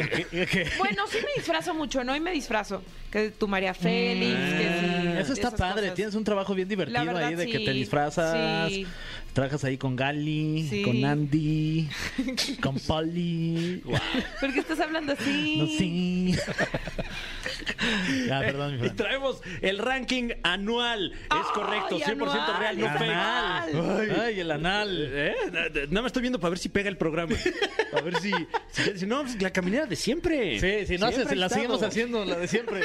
Bueno, sí me disfrazo mucho, ¿no? Y me disfrazo. Que tu María Félix, que sí, de Mm. Eh, Ah. Eso está esas padre, cosas. tienes un trabajo bien divertido verdad, ahí de que te sí, disfrazas, sí. trabajas ahí con Gali, Sí. con [LAUGHS] Andy, con Polly. ¿Por qué estás hablando así? No, sí. [LAUGHS] ya, perdón, mi Y Fran. traemos el ranking anual. Es correcto, Ay, 100% real, no anual, fake. Ay, Ay, el anal. ¿Eh? Nada nada más estoy viendo para ver si pega el programa. A ver si. si ya dice, no, pues, la caminera de siempre. Sí, si no, Siempre se, ha la estado. seguimos haciendo, la de [LAUGHS] siempre.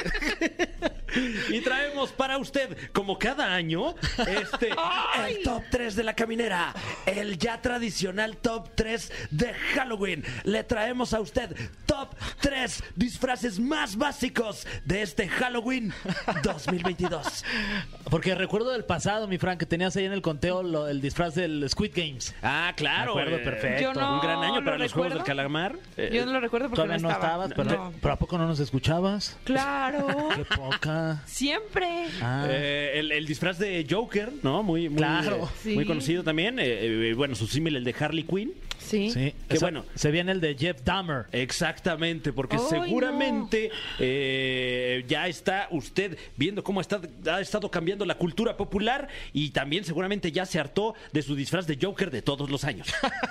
Y traemos para usted, como cada año, este, el top 3 de la caminera. El ya tradicional top 3 de Halloween. Le traemos a usted top 3 disfraces más básicos de este Halloween 2022. Porque recuerdo del pasado, mi Fran, que tenías ahí en el conteo lo- el disfraz del Squid Games. Ah, claro. Me acuerdo eh, perfecto. Yo no un gran año lo para los Juegos recuerdo. del Calamar. Eh, Yo no lo recuerdo porque Todavía no, estaba. estabas, pero, No. pero ¿a poco no nos escuchabas? Claro. [LAUGHS] [LAUGHS] Qué poca. Siempre. Ah. Eh, el, el disfraz de Joker, ¿no? Muy, muy, Claro. eh, Sí. muy conocido también. Eh, eh, bueno, su símil, el de Harley Quinn. Sí. Sí, Qué o sea, bueno. Eh, Se viene el de Jeff Dahmer. Exactamente, porque ¡Ay, seguramente eh, ya está usted viendo cómo está, ha estado cambiando la cultura popular y también seguramente ya se hartó de su disfraz de Joker de todos [LAUGHS] los años.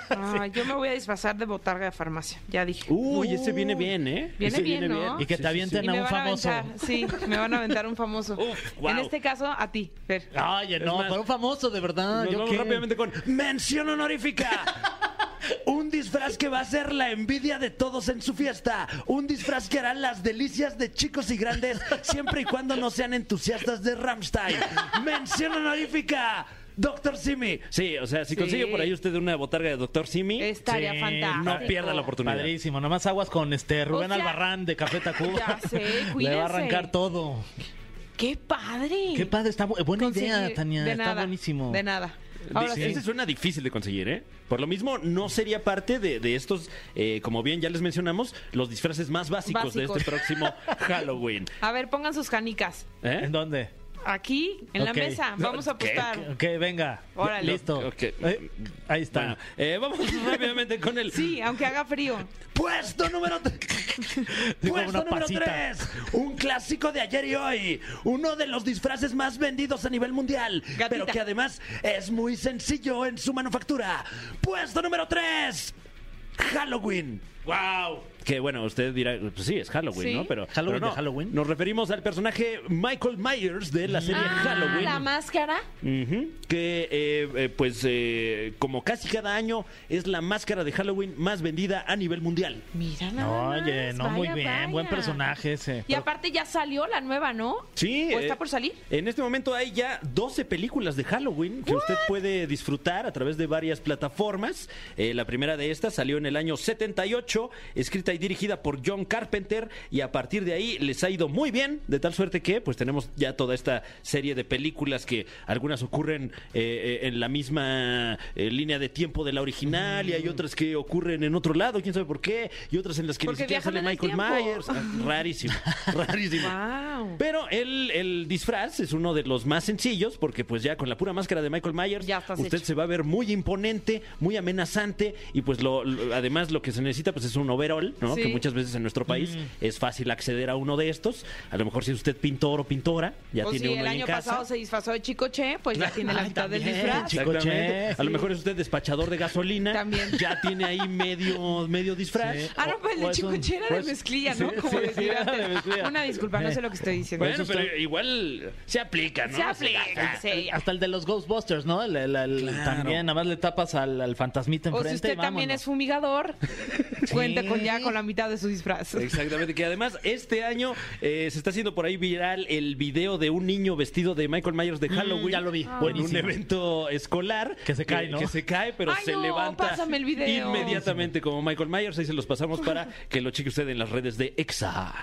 Ay, Yo me voy a disfrazar de botarga de farmacia, ya dije. Uy, ese viene bien, ¿eh? Viene Ese bien, ¿no? Y que Sí, te sí, avienten Y a me un van famoso. a aventar, sí, me van a aventar [LAUGHS] un famoso. Uf, guau. En este caso, a ti, Fer. Ay, no, más- para un famoso, de verdad. Nos ¿yo vamos qué? rápidamente con mención honorífica. [LAUGHS] Un disfraz que va a ser la envidia de todos en su fiesta. Un disfraz que hará las delicias de chicos y grandes siempre y cuando no sean entusiastas de Ramstein. Mención honorífica. Doctor Simi. Sí, o sea, si consigue por ahí usted una botarga de Doctor Simi, Estaría Sí, fantástico. no pierda la oportunidad. Padrísimo, nomás aguas con este Rubén sea, Albarrán de Café Tacuba. [LAUGHS] ya sé, Le va cuídense. a arrancar todo. ¡Qué padre! Qué padre, está bu- buena Conseguir- idea, Tania, de está nada, buenísimo. De nada. Di- Ahora sí. Ese suena difícil de conseguir, ¿eh? Por lo mismo, no sería parte de, de estos, eh, como bien ya les mencionamos, los disfraces más básicos, de Básicos. este próximo [LAUGHS] Halloween. A ver, pongan sus canicas. ¿Eh? ¿En dónde? Aquí, en la Ok. mesa. Vamos a apostar. Ok, venga. Órale. Listo. Ok. Eh, ahí está. Bueno, eh, vamos [LAUGHS] rápidamente con el Sí, aunque haga frío. puesto número [LAUGHS] 3. Sí, como Puesto una número pasita. 3. Un clásico de ayer y hoy. Uno de los disfraces más vendidos a nivel mundial. Gatita. Pero que además es muy sencillo en su manufactura. Puesto número 3. Halloween. ¡Wow! Que bueno, usted dirá, pues sí, es Halloween, Sí. ¿no? Pero, Halloween pero no. de Halloween. Nos referimos al personaje Michael Myers de la serie Ah, Halloween. la máscara. Ujú, Que, eh, eh, pues, eh, como casi cada año, es la máscara de Halloween más vendida a nivel mundial. Mira nada más. Oye, no, muy Vaya, bien. vaya. Buen personaje ese. Y aparte ya salió la nueva, ¿no? Sí. ¿O está eh, por salir? En este momento hay ya 12 películas de Halloween que usted puede disfrutar a través de varias plataformas. Eh, la primera de estas salió en el año 78, escrita y dirigida por John Carpenter y a partir de ahí les ha ido muy bien, de tal suerte que pues tenemos ya toda esta serie de películas que algunas ocurren eh, eh, en la misma eh, línea de tiempo de la original y Mm. hay otras que ocurren en otro lado, quién sabe por qué, y otras en las que Porque ni siquiera sale viajan en el Michael tiempo. Myers. [LAUGHS] Ah, Rarísimo, rarísimo. Wow. Pero el, el disfraz es uno de los más sencillos porque pues ya con la pura máscara de Michael Myers Ya estás usted hecho. se va a ver muy imponente, muy amenazante y pues lo, lo- además lo que se necesita pues es un overall, ¿no? Sí. Que muchas veces en nuestro país es fácil acceder a uno de estos. A lo mejor si usted pintor o pintora, ya O si tiene Pues uno el ahí año en casa. pasado se disfrazó de chico che, pues [LAUGHS] ya tiene la Ay, mitad del también, disfraz. chico. Exactamente. Che, A lo sí. mejor es usted despachador de gasolina. También. Ya tiene ahí medio, medio disfraz. Sí. Ah, no, pues el O- o de es un- chicoche era o de es- mezclilla, ¿no? Como sí, decía era de antes. mezclilla. Una disculpa, no sé lo que estoy diciendo. Bueno, Eso pero está- igual se aplica, ¿no? Se aplica, sí. Hasta el de los Ghostbusters, ¿no? El- el- el- También, nada más le tapas al, al fantasmita O enfrente. si usted también vámonos. [LAUGHS] es fumigador, cuente con ya con la mitad de su disfraz. [LAUGHS] Exactamente, que además este año eh, se está haciendo por ahí viral el video de un niño vestido de Michael Myers Mm, de Halloween. ya lo vi. En un Buenísimo. evento escolar. Que se cae, ¿no? Que se cae, pero Ay, se no, levanta pásame el video. inmediatamente como Michael Myers. Ahí se los pasamos [LAUGHS] para que lo cheque usted en las redes de EXA.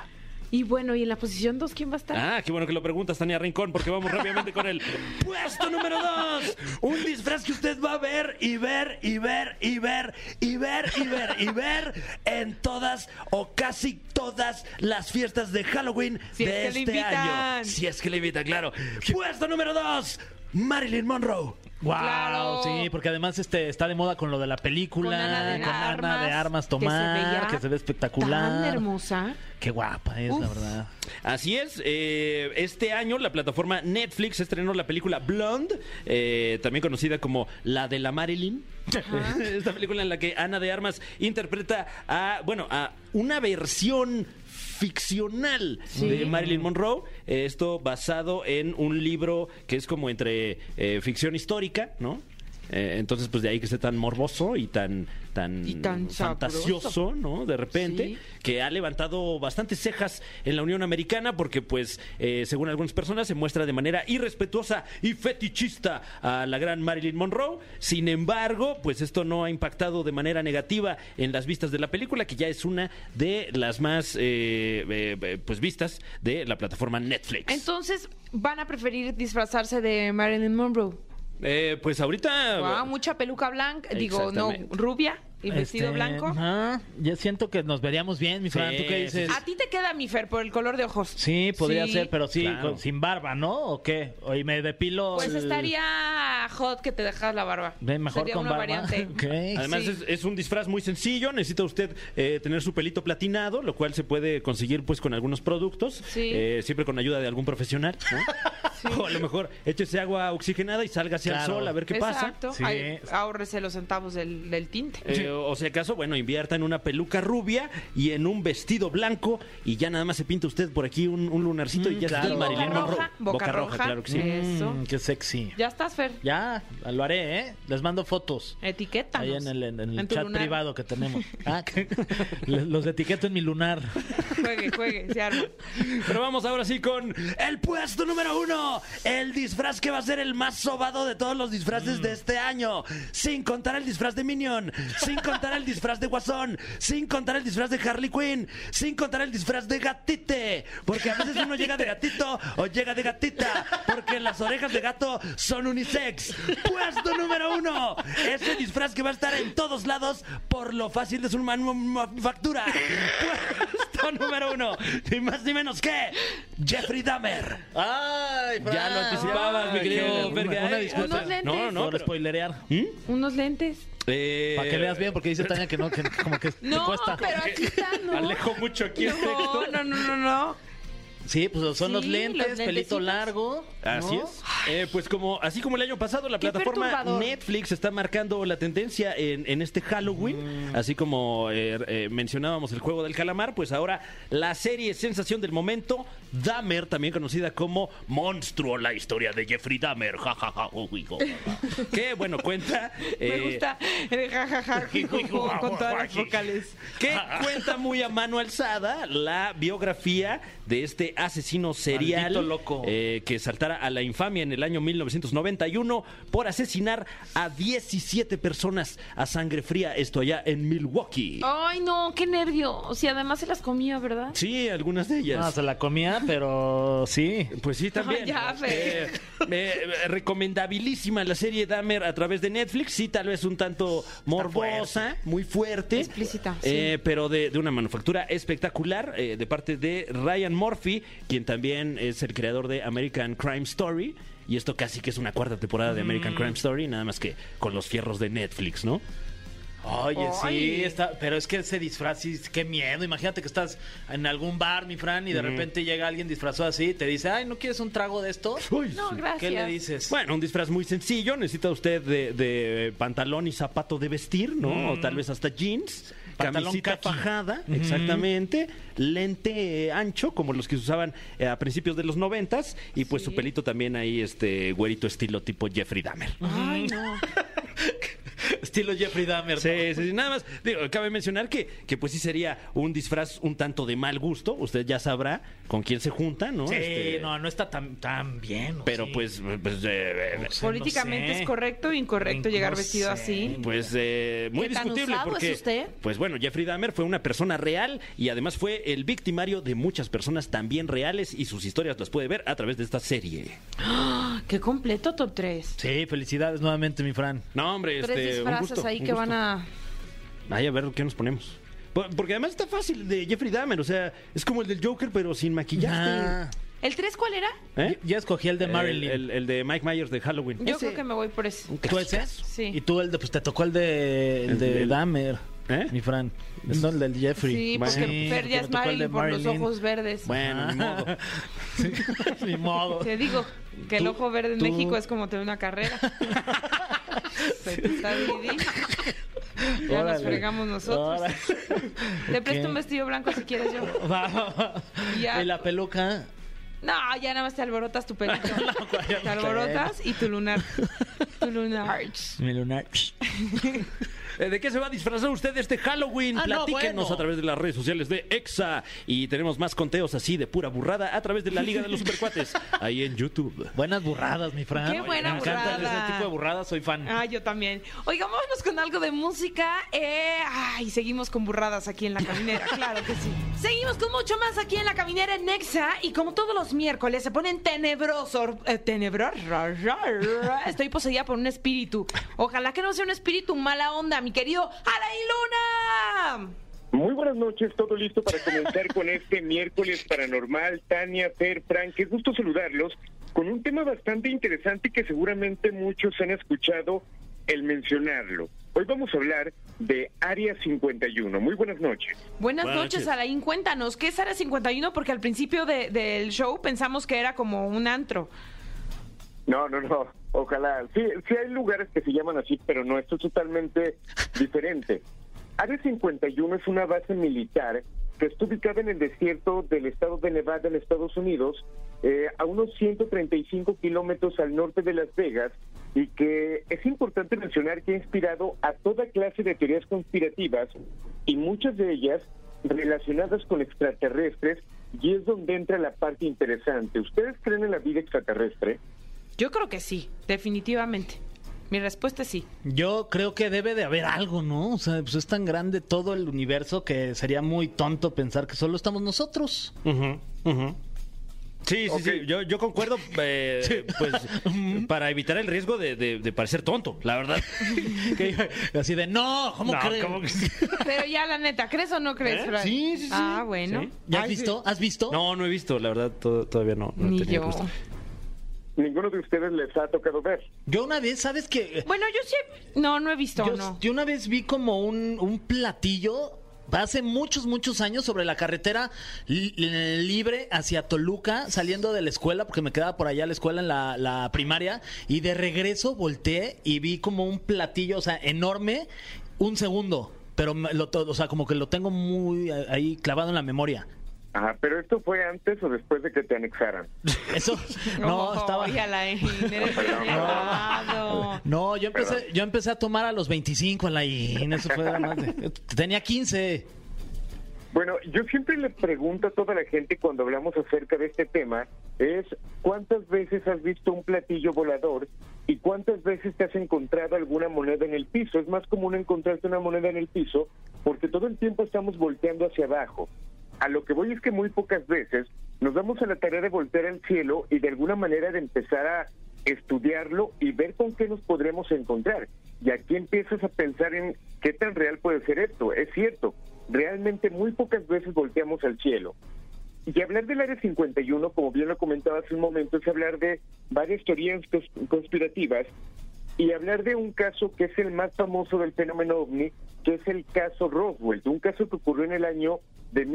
Y bueno, ¿y en la posición 2 quién va a estar? Ah, qué bueno que lo preguntas, Tania Rincón, porque vamos rápidamente [LAUGHS] con el puesto número dos. Un disfraz que usted va a ver y ver y ver y ver y ver y ver y ver en todas o casi todas las fiestas de Halloween Si es de que le este invitan. año. Si es que le invitan, claro. Puesto número dos, Marilyn Monroe. Wow, Claro. sí, porque además este está de moda con lo de la película, Con Ana de Armas, Armas que se tomar, veía que se ve espectacular. Tan hermosa. Qué guapa es, la Uf. verdad. Así es, eh, este año la plataforma Netflix estrenó la película Blonde, eh, también conocida como La de la Marilyn. [LAUGHS] Esta película en la que Ana de Armas interpreta a, bueno, a una versión ficcional Sí. de Marilyn Monroe, eh, esto basado en un libro que es como entre eh, ficción histórica, ¿no? Eh, entonces, pues de ahí que esté tan morboso y tan, tan, Y tan fantasioso, ¿no? De repente Sí. que ha levantado bastantes cejas en la Unión Americana porque, pues, eh, según algunas personas, se muestra de manera irrespetuosa y fetichista a la gran Marilyn Monroe. Sin embargo, pues esto no ha impactado de manera negativa en las vistas de la película, que ya es una de las más, eh, eh, eh, pues, vistas de la plataforma Netflix. Entonces, ¿van a preferir disfrazarse de Marilyn Monroe? Eh, pues Ah, ahorita... Guau, mucha peluca blanca, digo, no, Exactamente. rubia y vestido Este, blanco. ajá, ya siento que nos veríamos bien, mi Fran, Sí, ¿tú qué dices? A ti te queda mi Fer por el color de ojos. Sí, podría Sí. ser, pero sí, Claro. con- sin barba, ¿no? ¿O qué? O y me depilo. Pues el- estaría hot que te dejas la barba. Ve, mejor Sería con una barba. variante. [LAUGHS] Ok. Además Eh, Sí. es, es un disfraz muy sencillo, necesita usted eh, tener su pelito platinado, lo cual se puede conseguir pues con algunos productos, Sí. eh, siempre con ayuda de algún profesional. [LAUGHS] ¿no? O a lo mejor échese agua oxigenada y sálgase al Claro. sol a ver qué pasa. Exacto. Sí. Ay, ahórrese los centavos del, del tinte. Eh, o o si acaso, bueno, invierta en una peluca rubia y en un vestido blanco y ya nada más se pinta usted por aquí un, un lunarcito y Mm, ya claro. está Y Marilyn boca Monroe. roja, boca roja. claro que sí. Eso. Mm, qué sexy. Ya estás, Fer. Ya, lo haré, ¿eh? Les mando fotos. Etiqueta. Ahí en el, en el En tu chat lunar. privado que tenemos. Ah, que- le- los etiqueto en mi lunar. [LAUGHS] Juegue, juegue, se arma. Pero vamos ahora sí con el puesto número uno. El disfraz que va a ser el más sobado de todos los disfraces de este año. Sin contar el disfraz de Minion. Sin contar el disfraz de Guasón. Sin contar el disfraz de Harley Quinn. Sin contar el disfraz de gatite. Porque a veces uno llega de gatito o llega de gatita. Porque las orejas de gato son unisex. Puesto número uno. Ese disfraz que va a estar en todos lados por lo fácil de su manu- manufactura. Puesto número uno. Ni más ni menos que Jeffrey Dahmer. ¡Ay, Ya lo anticipabas, mi querido Una, Verga. una ¿eh? disculpa. Unos lentes. No, no, por pero- spoilerear. Unos lentes. Eh, Para que veas bien, porque dice Tania que no, que como que te No, cuesta. pero [LAUGHS] aquí están, ¿no? Alejo mucho aquí el No, texto. no, no, no, no. Sí, pues son Sí, los los lentes, pelito lentecitos. largo. Así ¿no? es. Eh, pues como así como el año pasado, la Qué plataforma perturbador. Netflix está marcando la tendencia en, en este Halloween. Mm. Así como eh, eh, mencionábamos el juego del calamar, pues ahora la serie sensación del momento, Dahmer, también conocida como Monstruo, la historia de Jeffrey Dahmer. Ja, ja, ja, ju, ju, ju, [LAUGHS] ju. que bueno, cuenta. Me eh, gusta el [LAUGHS] jajaja con todas las vocales. que cuenta muy a mano alzada la biografía de este asesino serial Maldito loco. eh, que saltara a la infamia en el año 1991 por asesinar a 17 personas a sangre fría, esto allá en Milwaukee. Ay, no, qué nervio. O sea, además se las comía, ¿verdad? Sí, algunas de ellas. No, Ah, se la comía, pero sí. Pues sí, [LAUGHS] también. Ay, ya, Fer. Eh, eh, recomendabilísima la serie Dahmer a través de Netflix. Sí, tal vez un tanto morbosa, muy fuerte. Explícita, Eh, Pero de, de una manufactura espectacular eh, de parte de Ryan Murphy, quien también es el creador de American Crime Story. Y Mm. esto casi que es una cuarta temporada de American Crime Story, nada más que con los fierros de Netflix, ¿no? Oye, Ay. sí, está, pero es que ese disfraz, sí, qué miedo. Imagínate que estás en algún bar, mi Fran, y de repente llega alguien disfrazado así y te dice, ay, ¿no quieres un trago de esto? Uy, No, sí. gracias. ¿Qué le dices? Bueno, un disfraz muy sencillo. Necesita usted de, de pantalón y zapato de vestir, ¿no? O tal vez hasta jeans. Pantalón camisita caqui. fajada, exactamente. Lente eh, ancho, como los que se usaban eh, a principios de los noventas. Y pues su pelito también ahí, este güerito estilo tipo Jeffrey Dahmer. Ay, no. Estilo Jeffrey Dahmer. ¿no? Sí, sí, sí, nada más. Digo, cabe mencionar que, que pues sí sería un disfraz un tanto de mal gusto. Usted ya sabrá con quién se junta, ¿no? Sí, Este, no, no está tan, tan bien. ¿o Pero sí? pues, pues, eh, eh, No sé, Políticamente no sé. es correcto o incorrecto No llegar vestido sé. así. Pues eh, muy ¿Qué tan discutible usado es porque usted? pues bueno, Jeffrey Dahmer fue una persona real y además fue el victimario de muchas personas también reales y sus historias las puede ver a través de esta serie. Qué completo top 3. Sí, felicidades nuevamente, mi Fran. No, hombre, Tres este, un disfraces gusto, ahí un que gusto. van a. Ay, a ver qué nos ponemos. Por- Porque además está fácil de Jeffrey Dahmer, o sea, es como el del Joker pero sin maquillaje. ¿El 3 cuál era? ¿Eh? Ya escogí el Ah. de El, Marilyn. el- el de Mike Myers de Halloween. Yo Ese- creo que me voy por ese. ¿Tú ese? Sí. Y tú el de, pues te tocó el de, el El de del- Dahmer, ¿Eh? mi Fran. No, el del Jeffrey. Sí, porque Sí, Fer ya porque es me tocó el de Marilyn por los Marilyn. ojos verdes. Bueno, ni [LAUGHS] modo. Ni modo. Te digo que el Tú- ojo verde en tú- México es como tener una carrera. Se te está dividiendo. Ya nos Órale. fregamos nosotros. Órale. Te presto Ok. un vestido blanco si quieres yo. [LAUGHS] Va, va, va. Ya. Y la peluca. No, ya nada más te alborotas tu pelito. te alborotas y tu lunar. Tu lunar. Mi lunar. Eh, ¿De qué se va a disfrazar usted este Halloween? Ah, no, Platíquenos bueno. a través de las redes sociales de EXA. Y tenemos más conteos así de pura burrada a través de la Liga de los Supercuates, ahí en YouTube. Buenas burradas, mi Fran. Qué buena Me encantan burrada. ese tipo de burradas, soy fan. Ah, yo también. Oiga, vámonos con algo de música. Eh, ay, seguimos con burradas aquí en la caminera, claro que sí. Seguimos con mucho más aquí en la caminera en Nexa. Y como todos los miércoles se ponen tenebrosos. eh, tenebro- ra, ra, ra. Estoy poseída por un espíritu. Ojalá que no sea un espíritu mala onda, mi querido Alain Luna. Muy buenas noches, todo listo para comenzar con este miércoles paranormal. Tania, Fer, Frank, qué gusto saludarlos con un tema bastante interesante que seguramente muchos han escuchado el mencionarlo. Hoy vamos a hablar de Área 51. Muy buenas noches. Buenas, Buenas noches, noches. Alain. Cuéntanos, ¿qué es Área 51? Porque al principio de- del show pensamos que era como un antro. No, no, no. Ojalá. Sí, sí hay lugares que se llaman así, pero no, esto es totalmente diferente. Área 51 es una base militar que está ubicada en el desierto del estado de Nevada en Estados Unidos, eh, a unos 135 kilómetros al norte de Las Vegas, y que es importante mencionar que ha inspirado a toda clase de teorías conspirativas, y muchas de ellas relacionadas con extraterrestres, y es donde entra la parte interesante. ¿Ustedes creen en la vida extraterrestre? Yo creo que sí, definitivamente. Mi respuesta es sí. Yo creo que debe de haber algo, ¿no? O sea, pues es tan grande todo el universo que sería muy tonto pensar que solo estamos nosotros. [LAUGHS] Ujú, ujú. Sí, sí, sí. Yo, yo concuerdo, eh, [LAUGHS] pues, para evitar el riesgo de, de- de parecer tonto, la verdad. Que- Así de, no, ¿cómo No, creen? ¿cómo que- Pero ya la neta, ¿crees o no crees, ¿Eh? Fran? Sí, sí, sí. Ah, bueno. Sí. ¿Ya has Ay, visto? ¿Has visto? No, no he visto, la verdad, to- todavía no. no he Ni tenido yo. gusto. ninguno de ustedes les ha tocado ver. Yo una vez, ¿sabes qué? Bueno, yo sí. he- No, no he visto, Yo, no. yo una vez vi como un, un platillo hace muchos, muchos años sobre la carretera li- libre hacia Toluca, saliendo de la escuela, porque me quedaba por allá la escuela en la, la primaria, y de regreso volteé y vi como un platillo, o sea, enorme, un segundo. Pero, me- lo, to- o sea, como que lo tengo muy a- ahí clavado en la memoria. Ajá, pero esto fue antes o después de que te anexaran. Eso, no, Oh, estaba... y Alain, [LAUGHS] eres Perdón. elevado. No, yo empecé, yo empecé a tomar a los 25, Alain. Eso fue más de- Tenía 15. Bueno, yo siempre le pregunto a toda la gente cuando hablamos acerca de este tema es cuántas veces has visto un platillo volador y cuántas veces te has encontrado alguna moneda en el piso. Es más común encontrarte una moneda en el piso porque todo el tiempo estamos volteando hacia abajo. A lo que voy es que muy pocas veces nos damos a la tarea de voltear al cielo y de alguna manera de empezar a estudiarlo y ver con qué nos podremos encontrar. Y aquí empiezas a pensar en qué tan real puede ser esto. Es cierto, realmente muy pocas veces volteamos al cielo. Y hablar del Área 51, como bien lo comentaba hace un momento, es hablar de varias teorías cons- conspirativas y hablar de un caso que es el más famoso del fenómeno ovni, que es el caso Roswell, un caso que ocurrió en el año de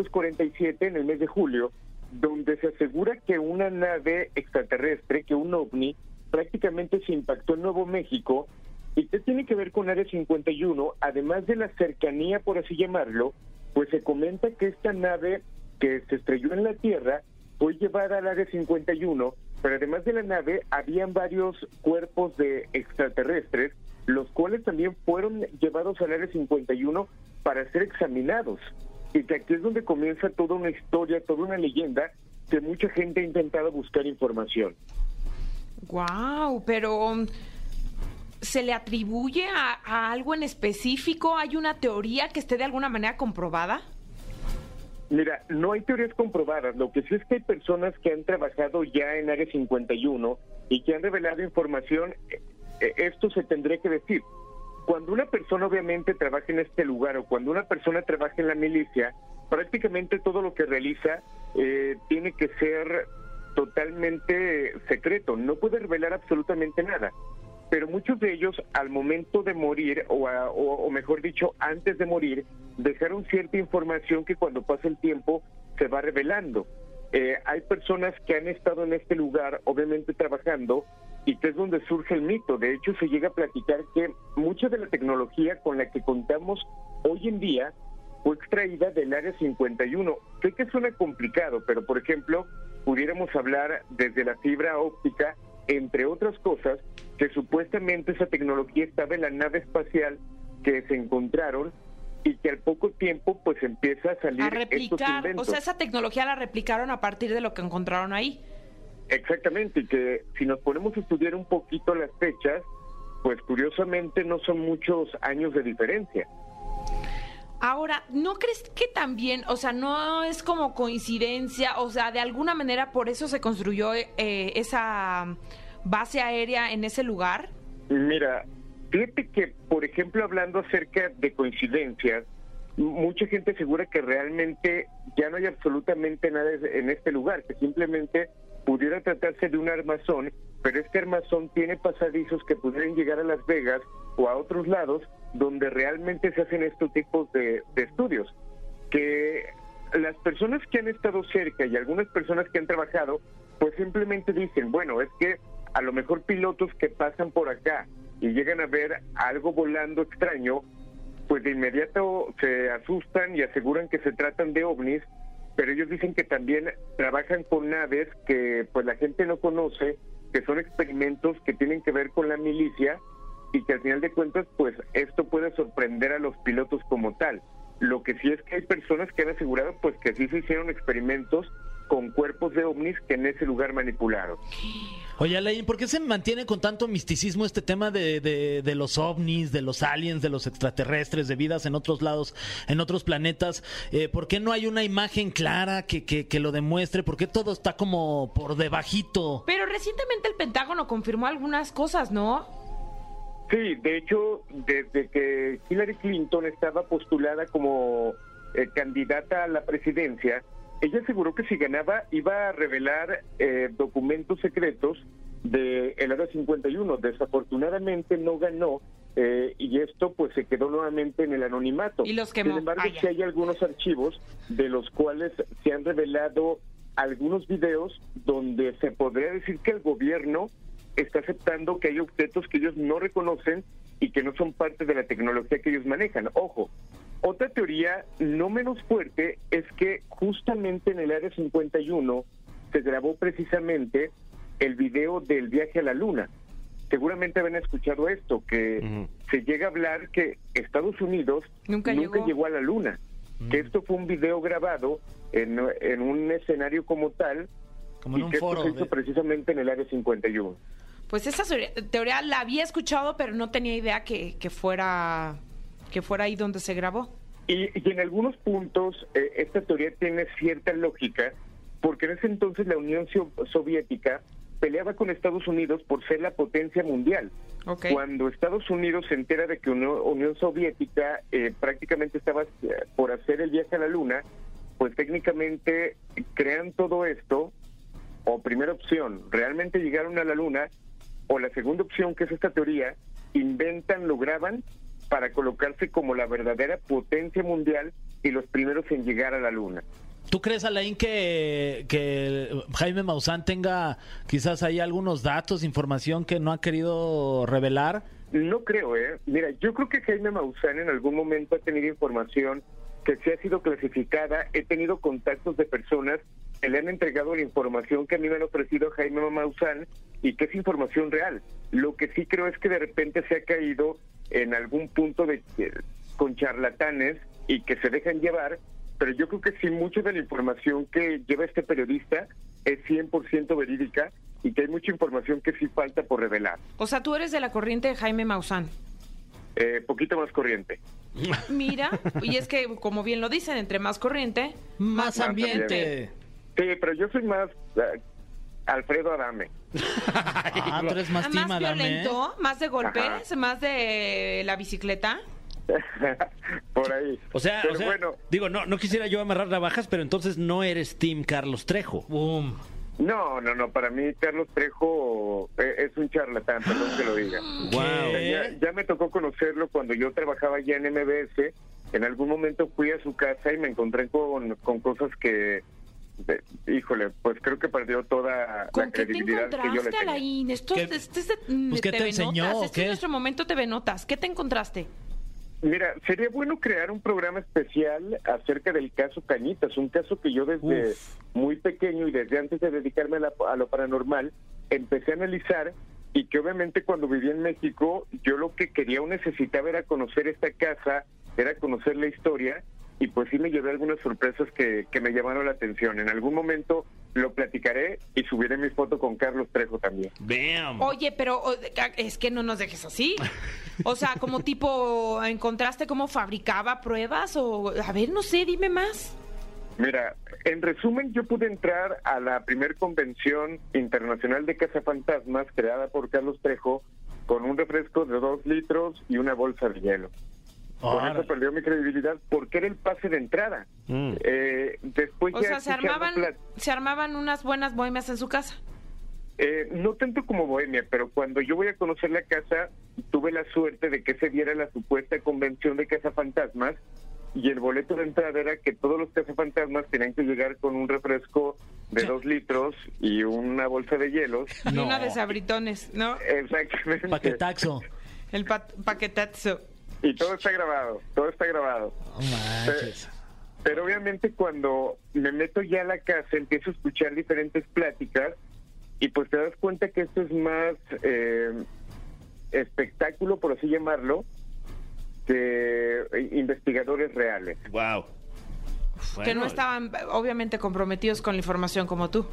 1947, en el mes de julio, donde se asegura que una nave extraterrestre, que un ovni, prácticamente se impactó en Nuevo México. ¿Y qué tiene que ver con Área 51? Además de la cercanía, por así llamarlo, pues se comenta que esta nave que se estrelló en la Tierra fue llevada al Área 51, pero además de la nave habían varios cuerpos de extraterrestres, los cuales también fueron llevados al Área 51 para ser examinados. Y que aquí es donde comienza toda una historia, toda una leyenda que mucha gente ha intentado buscar información. Wow, pero um, ¿se le atribuye a, a algo en específico? ¿Hay una teoría que esté de alguna manera comprobada? Mira, no hay teorías comprobadas. Lo que sí es que hay personas que han trabajado ya en Área 51 y que han revelado información. eh, eh, Esto se tendría que decir. Cuando una persona obviamente trabaja en este lugar o cuando una persona trabaja en la milicia, prácticamente todo lo que realiza eh, tiene que ser totalmente secreto. No puede revelar absolutamente nada. Pero muchos de ellos al momento de morir, o, a- o- o mejor dicho, antes de morir, dejaron cierta información que cuando pasa el tiempo se va revelando. Eh, hay personas que han estado en este lugar, obviamente trabajando, y que es donde surge el mito. De hecho, se llega a platicar que mucha de la tecnología con la que contamos hoy en día fue extraída del área 51. Sé que suena complicado, pero por ejemplo, pudiéramos hablar desde la fibra óptica, entre otras cosas, que supuestamente esa tecnología estaba en la nave espacial que se encontraron y que al poco tiempo pues empieza a salir A estos replicar, o inventos. sea, esa tecnología la replicaron a partir de lo que encontraron ahí. Exactamente, y que si nos ponemos a estudiar un poquito las fechas, pues curiosamente no son muchos años de diferencia. Ahora, ¿no crees que también, o sea, no es como coincidencia, o sea, de alguna manera por eso se construyó eh, esa base aérea en ese lugar? Mira, fíjate que, por ejemplo, hablando acerca de coincidencias, m- mucha gente asegura que realmente ya no hay absolutamente nada es- en este lugar, que simplemente pudiera tratarse de un armazón, pero este armazón tiene pasadizos que pudieran llegar a Las Vegas o a otros lados donde realmente se hacen estos tipos de, de estudios. Que las personas que han estado cerca y algunas personas que han trabajado, pues simplemente dicen, bueno, es que a lo mejor pilotos que pasan por acá y llegan a ver algo volando extraño, pues de inmediato se asustan y aseguran que se tratan de ovnis, pero ellos dicen que también trabajan con naves que pues la gente no conoce, que son experimentos que tienen que ver con la milicia y que al final de cuentas pues esto puede sorprender a los pilotos como tal. Lo que sí es que hay personas que han asegurado pues que sí se hicieron experimentos con cuerpos de ovnis que en ese lugar manipularon. Oye, Alain, ¿por qué se mantiene con tanto misticismo este tema de, de- de los ovnis, de los aliens, de los extraterrestres, de vidas en otros lados, en otros planetas? Eh, ¿Por qué no hay una imagen clara que, que- que lo demuestre? ¿Por qué todo está como por debajito? Pero recientemente el Pentágono confirmó algunas cosas, ¿no? Sí, de hecho, desde que Hillary Clinton estaba postulada como eh, candidata a la presidencia, ella aseguró que si ganaba iba a revelar eh, documentos secretos de el Área 51. Desafortunadamente no ganó eh, y esto pues se quedó nuevamente en el anonimato. Y los quemó. Sin embargo, Ah, ya. sí hay algunos archivos de los cuales se han revelado algunos videos donde se podría decir que el gobierno está aceptando que hay objetos que ellos no reconocen y que no son parte de la tecnología que ellos manejan. Ojo, otra teoría no menos fuerte es que justamente en el Área 51 se grabó precisamente el video del viaje a la Luna. Seguramente habían escuchado esto, que se llega a hablar que Estados Unidos Nunca llegó. llegó a la Luna, que esto fue un video grabado en, en un escenario como tal Como en y un que esto foro. se hizo de- precisamente en el Área 51. Pues esa teoría- teoría la había escuchado, pero no tenía idea que, que fuera que fuera ahí donde se grabó. Y, y en algunos puntos eh, esta teoría tiene cierta lógica, porque en ese entonces la Unión Sio- Soviética peleaba con Estados Unidos por ser la potencia mundial. Ok. Cuando Estados Unidos se entera de que Uni- Unión Soviética eh, prácticamente estaba eh, por hacer el viaje a la Luna, pues técnicamente crean todo esto, o primera opción, realmente llegaron a la Luna, o la segunda opción, que es esta teoría, inventan, lo graban para colocarse como la verdadera potencia mundial y los primeros en llegar a la Luna. ¿Tú crees, Alain, que, que Jaime Maussan tenga quizás ahí algunos datos, información que no ha querido revelar? No creo, ¿eh? Mira, yo creo que Jaime Maussan en algún momento ha tenido información que sí ha sido clasificada. He tenido contactos de personas que le han entregado la información que a mí me han ofrecido Jaime Maussan y que es información real. Lo que sí creo es que de repente se ha caído en algún punto de con charlatanes y que se dejan llevar, pero yo creo que sí mucha de la información que lleva este periodista es 100% verídica y que hay mucha información que sí falta por revelar. O sea, tú eres de la corriente de Jaime Maussan. Eh, poquito más corriente. Mira, y es que, como bien lo dicen, entre más corriente, Más Ah, ambiente. Sí, pero yo soy más eh, Alfredo Adame. [LAUGHS] Ah, tú eres más más, tímida, Adame, ¿eh? violento, más de golpes, más de la bicicleta. por ahí. O sea, pero o sea, bueno, digo, no, no quisiera yo amarrar navajas, pero entonces no eres Team Carlos Trejo. Boom. no, no, no, para mí Carlos Trejo eh, es un charlatán, perdón que [GASPS] lo diga. O sea, ya, ya me tocó conocerlo cuando yo trabajaba ya en MBS. En algún momento fui a su casa y me encontré con, con cosas que, de- híjole, pues creo que perdió toda la ¿Con qué te credibilidad que yo le encontraste, tenía. Alain? Esto, ¿Qué- es- este es de- pues, qué te TV enseñó, Notas, o Este es qué? nuestro momento TV Notas. ¿Qué te encontraste? Mira, sería bueno crear un programa especial acerca del caso Cañitas, un caso que yo desde muy pequeño y desde antes de dedicarme a, la- a lo paranormal empecé a analizar y que obviamente cuando vivía en México yo lo que quería o necesitaba era conocer esta casa, era conocer la historia y pues sí me llevé algunas sorpresas que, que me llamaron la atención. En algún momento lo platicaré y subiré mi foto con Carlos Trejo también. Damn. Oye, pero o- es que no nos dejes así. O sea, como tipo, ¿encontraste cómo fabricaba pruebas? O, a ver, no sé, dime más. Mira, en resumen, yo pude entrar a la primer convención internacional de cazafantasmas creada por Carlos Trejo con un refresco de dos litros y una bolsa de hielo. Con Ahora. eso perdió mi credibilidad porque era el pase de entrada. Mm. Eh, después O ya sea, se escuchando armaban, plat- se armaban unas buenas bohemias en su casa. Eh, no tanto como Bohemia, pero cuando yo voy a conocer la casa, tuve la suerte de que se diera la supuesta convención de cazafantasmas y el boleto de entrada era que todos los cazafantasmas tenían que llegar con un refresco de dos litros y una bolsa de hielos. [LAUGHS] Y No. una de sabritones, ¿no? Exactamente. Paquetaxo. El pa- paquetazo. Y todo está grabado, todo está grabado. Eh, No manches. Pero obviamente cuando me meto ya a la casa, empiezo a escuchar diferentes pláticas y pues te das cuenta que esto es más eh, espectáculo, por así llamarlo, que eh, investigadores reales. Wow. Que no estaban, obviamente, comprometidos con la información como tú.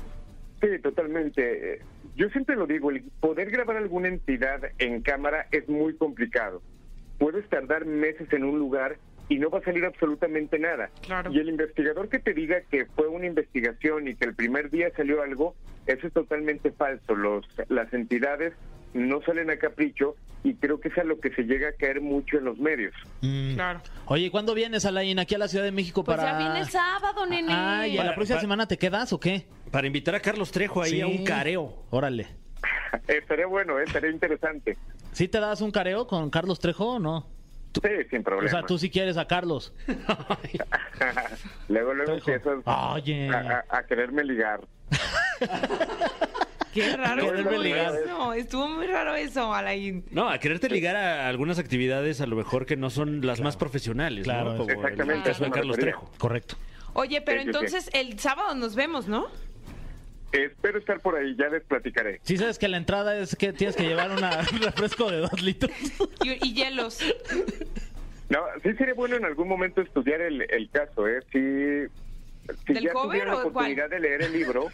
Sí, totalmente. Eh, Yo siempre lo digo, el poder grabar alguna entidad en cámara es muy complicado. Puedes tardar meses en un lugar y no va a salir absolutamente nada. Claro. Y el investigador que te diga que fue una investigación y que el primer día salió algo, eso es totalmente falso. Los, las entidades no salen a capricho y creo que es a lo que se llega a caer mucho en los medios. [LAUGHS] Mm. Claro. Oye, ¿y ¿cuándo vienes, Alain, aquí a la Ciudad de México Pues para...? ya viene el sábado, nene. Ah, ¿y a Para- la próxima para- semana te quedas o qué? Para invitar a Carlos Trejo ahí Sí. a un careo. Órale. Estaría bueno, eh, estaría interesante. ¿Sí te das un careo con Carlos Trejo o no? Sí, sin problema. O sea, [LAUGHS] tú sí quieres a Carlos. luego, luego Trejo. empiezas Oye. a- a- a quererme ligar. Qué raro Quererme estuvo ligar. eso. Estuvo muy raro eso, Alain. No, a quererte ligar a algunas actividades a lo mejor que no son las más profesionales, Claro, ¿no? Como exactamente, el caso a de eso me Carlos refería. Trejo. Correcto. Oye, pero Sí, sí, sí. entonces el sábado nos vemos, ¿no? Espero estar por ahí, ya les platicaré. Sí sabes que la entrada es que tienes que llevar una, [LAUGHS] un refresco de dos litros. Y, [LAUGHS] y hielos. No, sí sería bueno en algún momento estudiar el, el caso, ¿eh? Sí, si ¿Del ya cover tuviera la o cuál? oportunidad de leer el libro,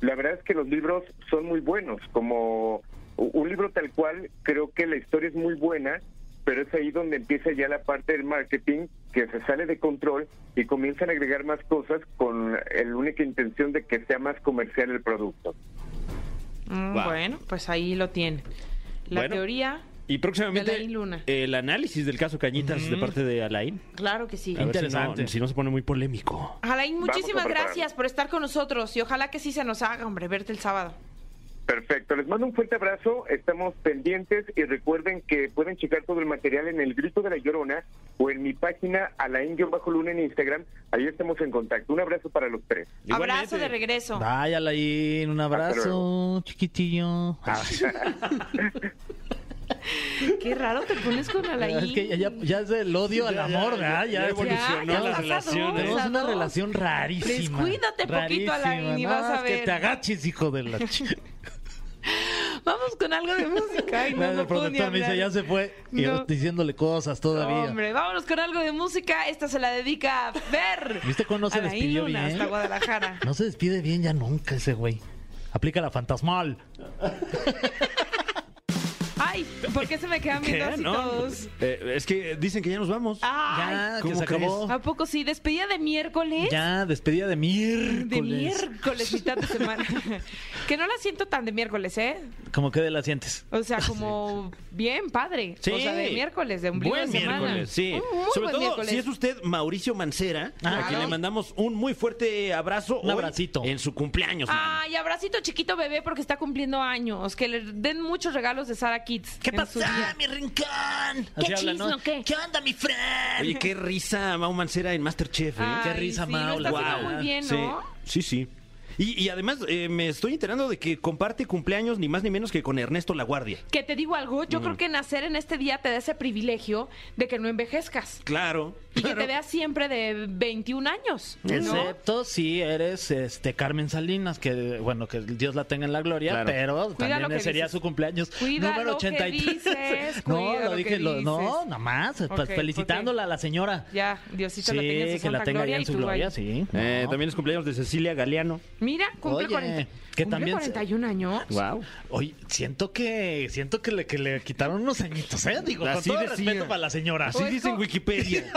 la verdad es que los libros son muy buenos, como u- un libro tal cual, creo que la historia es muy buena, pero es ahí donde empieza ya la parte del marketing que se sale de control y comienzan a agregar más cosas con la única intención de que sea más comercial el producto. Mm, Wow. Bueno, pues ahí lo tiene. La Bueno. teoría, Y próximamente Alain Luna. el análisis del caso Cañitas de parte de Alain. claro que sí. A ver si no- Interesante. si no se pone muy polémico. Alain, Vamos a muchísimas prepararnos. gracias por estar con nosotros y ojalá que sí se nos haga, hombre, verte el sábado. Perfecto, les mando un fuerte abrazo, estamos pendientes y recuerden que pueden checar todo el material en El Grito de la Llorona o en mi página alain-luna en Instagram, ahí estamos en contacto. Un abrazo para los tres. Abrazo de regreso. Vaya, Alain, un abrazo, Ah, luego. chiquitillo. Ah, Qué raro te [LAUGHS] pones con Alain. es que ya, ya es del odio al amor, ¿verdad? Ya, evolucionó ya, la vas a relación, dos, ¿eh? Tenemos a una dos. relación rarísima. Descuídate poquito, Alain, y rarísima. vas a es que ver. te agaches, hijo de [LAUGHS] la chica. Vamos con algo de [LAUGHS] música. Ay, no, no el puedo ni productor me dice, hablar. ya se fue. Y No. yo diciéndole cosas todavía. Hombre, vámonos con algo de música. Esta se la dedica a Fer. ¿Viste cómo no se Alain despidió Luna, bien? Hasta Guadalajara. No se despide bien ya nunca ese güey. Aplica la fantasmal. Ay, ¿por qué se me quedan viendo así todos? Eh, es que dicen que ya nos vamos. Ay, ya, que ¿cómo se acabó. ¿A poco sí? ¿Despedida de miércoles? Ya, despedida de miércoles. De miércoles, mitad de semana. que no la siento tan de miércoles, ¿eh? Como que de las sientes. O sea, como bien, padre. Sí. O sea, de miércoles, de ombligo Buen de semana. miércoles, sí. Un muy Sobre buen todo miércoles. si es usted Mauricio Mancera, Ah, a quien claro. le mandamos un muy fuerte abrazo. Un hoy abracito. En su cumpleaños, man. Ay, abracito chiquito bebé porque está cumpliendo años. Que le den muchos regalos de Sara Kids. ¿Qué en su día. pasa, mi rincón? ¿Qué chisme o qué? onda, mi friend? Oye, qué risa Mau Mancera en Masterchef, ¿eh? Ay, Qué risa, sí, Mau, Lo está haciendo guau. muy bien, ¿no? Sí, sí. sí. Y, y además eh, me estoy enterando de que comparte cumpleaños ni más ni menos que con Ernesto La Guardia. Que te digo algo, yo creo que nacer en este día te da ese privilegio de que no envejezcas. Claro. Y que claro. te veas siempre de 21 años. ¿no? Excepto si eres este Carmen Salinas, que bueno, que Dios la tenga en la gloria, Claro. pero Cuida lo también que sería dices. su cumpleaños Cuida número lo que 83. dices, [LAUGHS] no, cuida lo lo dije, que lo- no, dices. nada más, pues, Ok, felicitándola ok. a la señora. Ya, Diosito sí, la tenga en su que la santa tenga gloria ya y en su tú gloria, ahí. sí. Eh, No. También es cumpleaños de Cecilia Galeano. Mira, cumple Oye, 40. que cumple también se- 41 años. Wow. Oye, siento que siento que le, que le quitaron unos añitos, ¿eh? Digo, Así con todo decía. respeto para la señora. Así es dice en como- [LAUGHS] Wikipedia.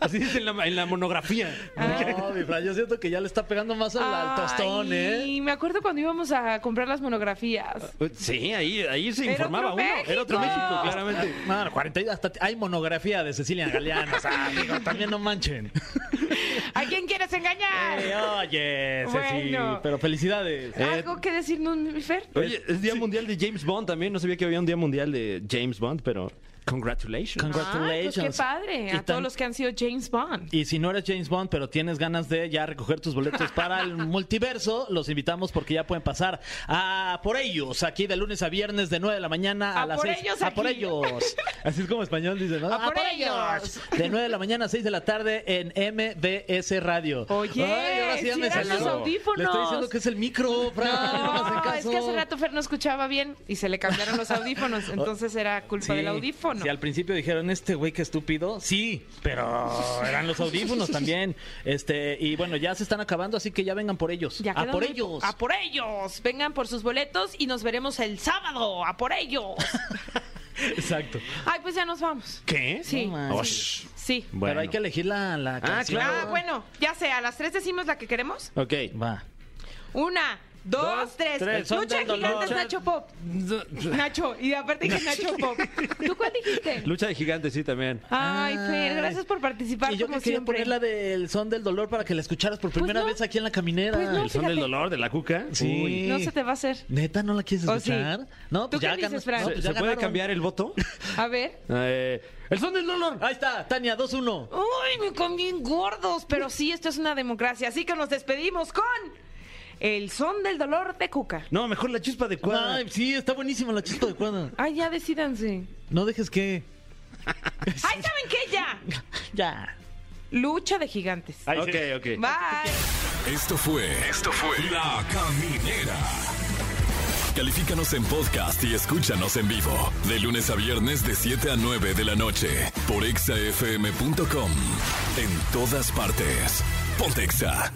Así dice en la, en la monografía. Ah. No, mi Fran, yo siento que ya le está pegando más al, al tostón, ¿eh? Y me acuerdo cuando íbamos a comprar las monografías. Sí, ahí, ahí se Era informaba otro uno. Era otro México. México, pues, claramente. Bueno, 40 y hasta hay monografía de Cecilia Galeano, o sea, digo, también no [LAUGHS] manchen. ¿A quién quieres engañar? Eh, oye, Ceci, Bueno. pero felicidades. ¿Algo que decirnos, mi Fer? Oye, es Día Mundial de James Bond también. No sabía que había un Día Mundial de James Bond, pero congratulations. Congra- Ay, pues qué congratulations. padre. Y A tan- todos los que han sido James Bond. Y si no eres James Bond, pero tienes ganas de ya recoger tus boletos para [LAUGHS] el multiverso, los invitamos porque ya pueden pasar a por ellos, aquí de lunes a viernes de 9 de la mañana a, A las por 6. ellos a aquí. por [LAUGHS] ellos. Así es como español dice, ¿no? A por ellos. De 9 de la mañana a 6 de la tarde en MBS Radio. Oye, si eran los salió. audífonos. Le estoy diciendo que es el micro, Fran. No, me hacen No, caso. es que hace rato Fer no escuchaba bien y se le cambiaron los [LAUGHS] audífonos. Entonces era culpa Sí, del audífono. Si al principio dijeron, este güey que estúpido, sí, pero eran los audífonos también. Este, y bueno, ya se están acabando, así que ya vengan por ellos. Ya a quedó por muy po- ellos. A por ellos. Vengan por sus boletos y nos veremos el sábado. A [LAUGHS] por ellos. Exacto. Ay, pues ya nos vamos. ¿Qué? Sí. No manches. Osh. Sí. Oh, Bueno. Pero hay que elegir la, la canción. Ah, bueno, ya sé, a las tres decimos la que queremos. Ok. Va. Una, dos, tres. tres. Son Lucha del dolor. Gigantes Lucha- Nacho Pop. Nacho, y aparte dije Nacho Pop. ¿Tú cuál dijiste? Lucha de gigantes, sí, también. Ay, Fer, Ay. gracias por participar Y yo que como quería siempre. poner Pues la del son del dolor para que la escucharas por primera no. vez aquí en la caminera. Pues no. El son del fíjate. dolor de la cuca. Sí. Uy. No se te va a hacer. ¿Neta no la quieres ¿O sí? escuchar? No, ¿Tú pues ya qué ganas- dices, Fran? no, ¿Se, pues se ya puede ganaron. cambiar [LAUGHS] el voto? A ver. Eh, el son del dolor. Ahí está, Tania 2-1. Uy, me comí gordos, pero sí, esto es una democracia. Así que nos despedimos con el son del dolor de Cuca. No, mejor la chispa de cuadra. Ay, sí, está buenísima la chispa de cuadra. Ay, ya decídanse. No dejes que. [LAUGHS] Ay, ¿saben qué? Ya. Ya. Lucha de gigantes. ok, ok. Bye. Esto fue. Esto fue. La Caminera. Califícanos en podcast y escúchanos en vivo. De lunes a viernes, de 7 a 9 de la noche. Por exafm.com. En todas partes. Pontexa.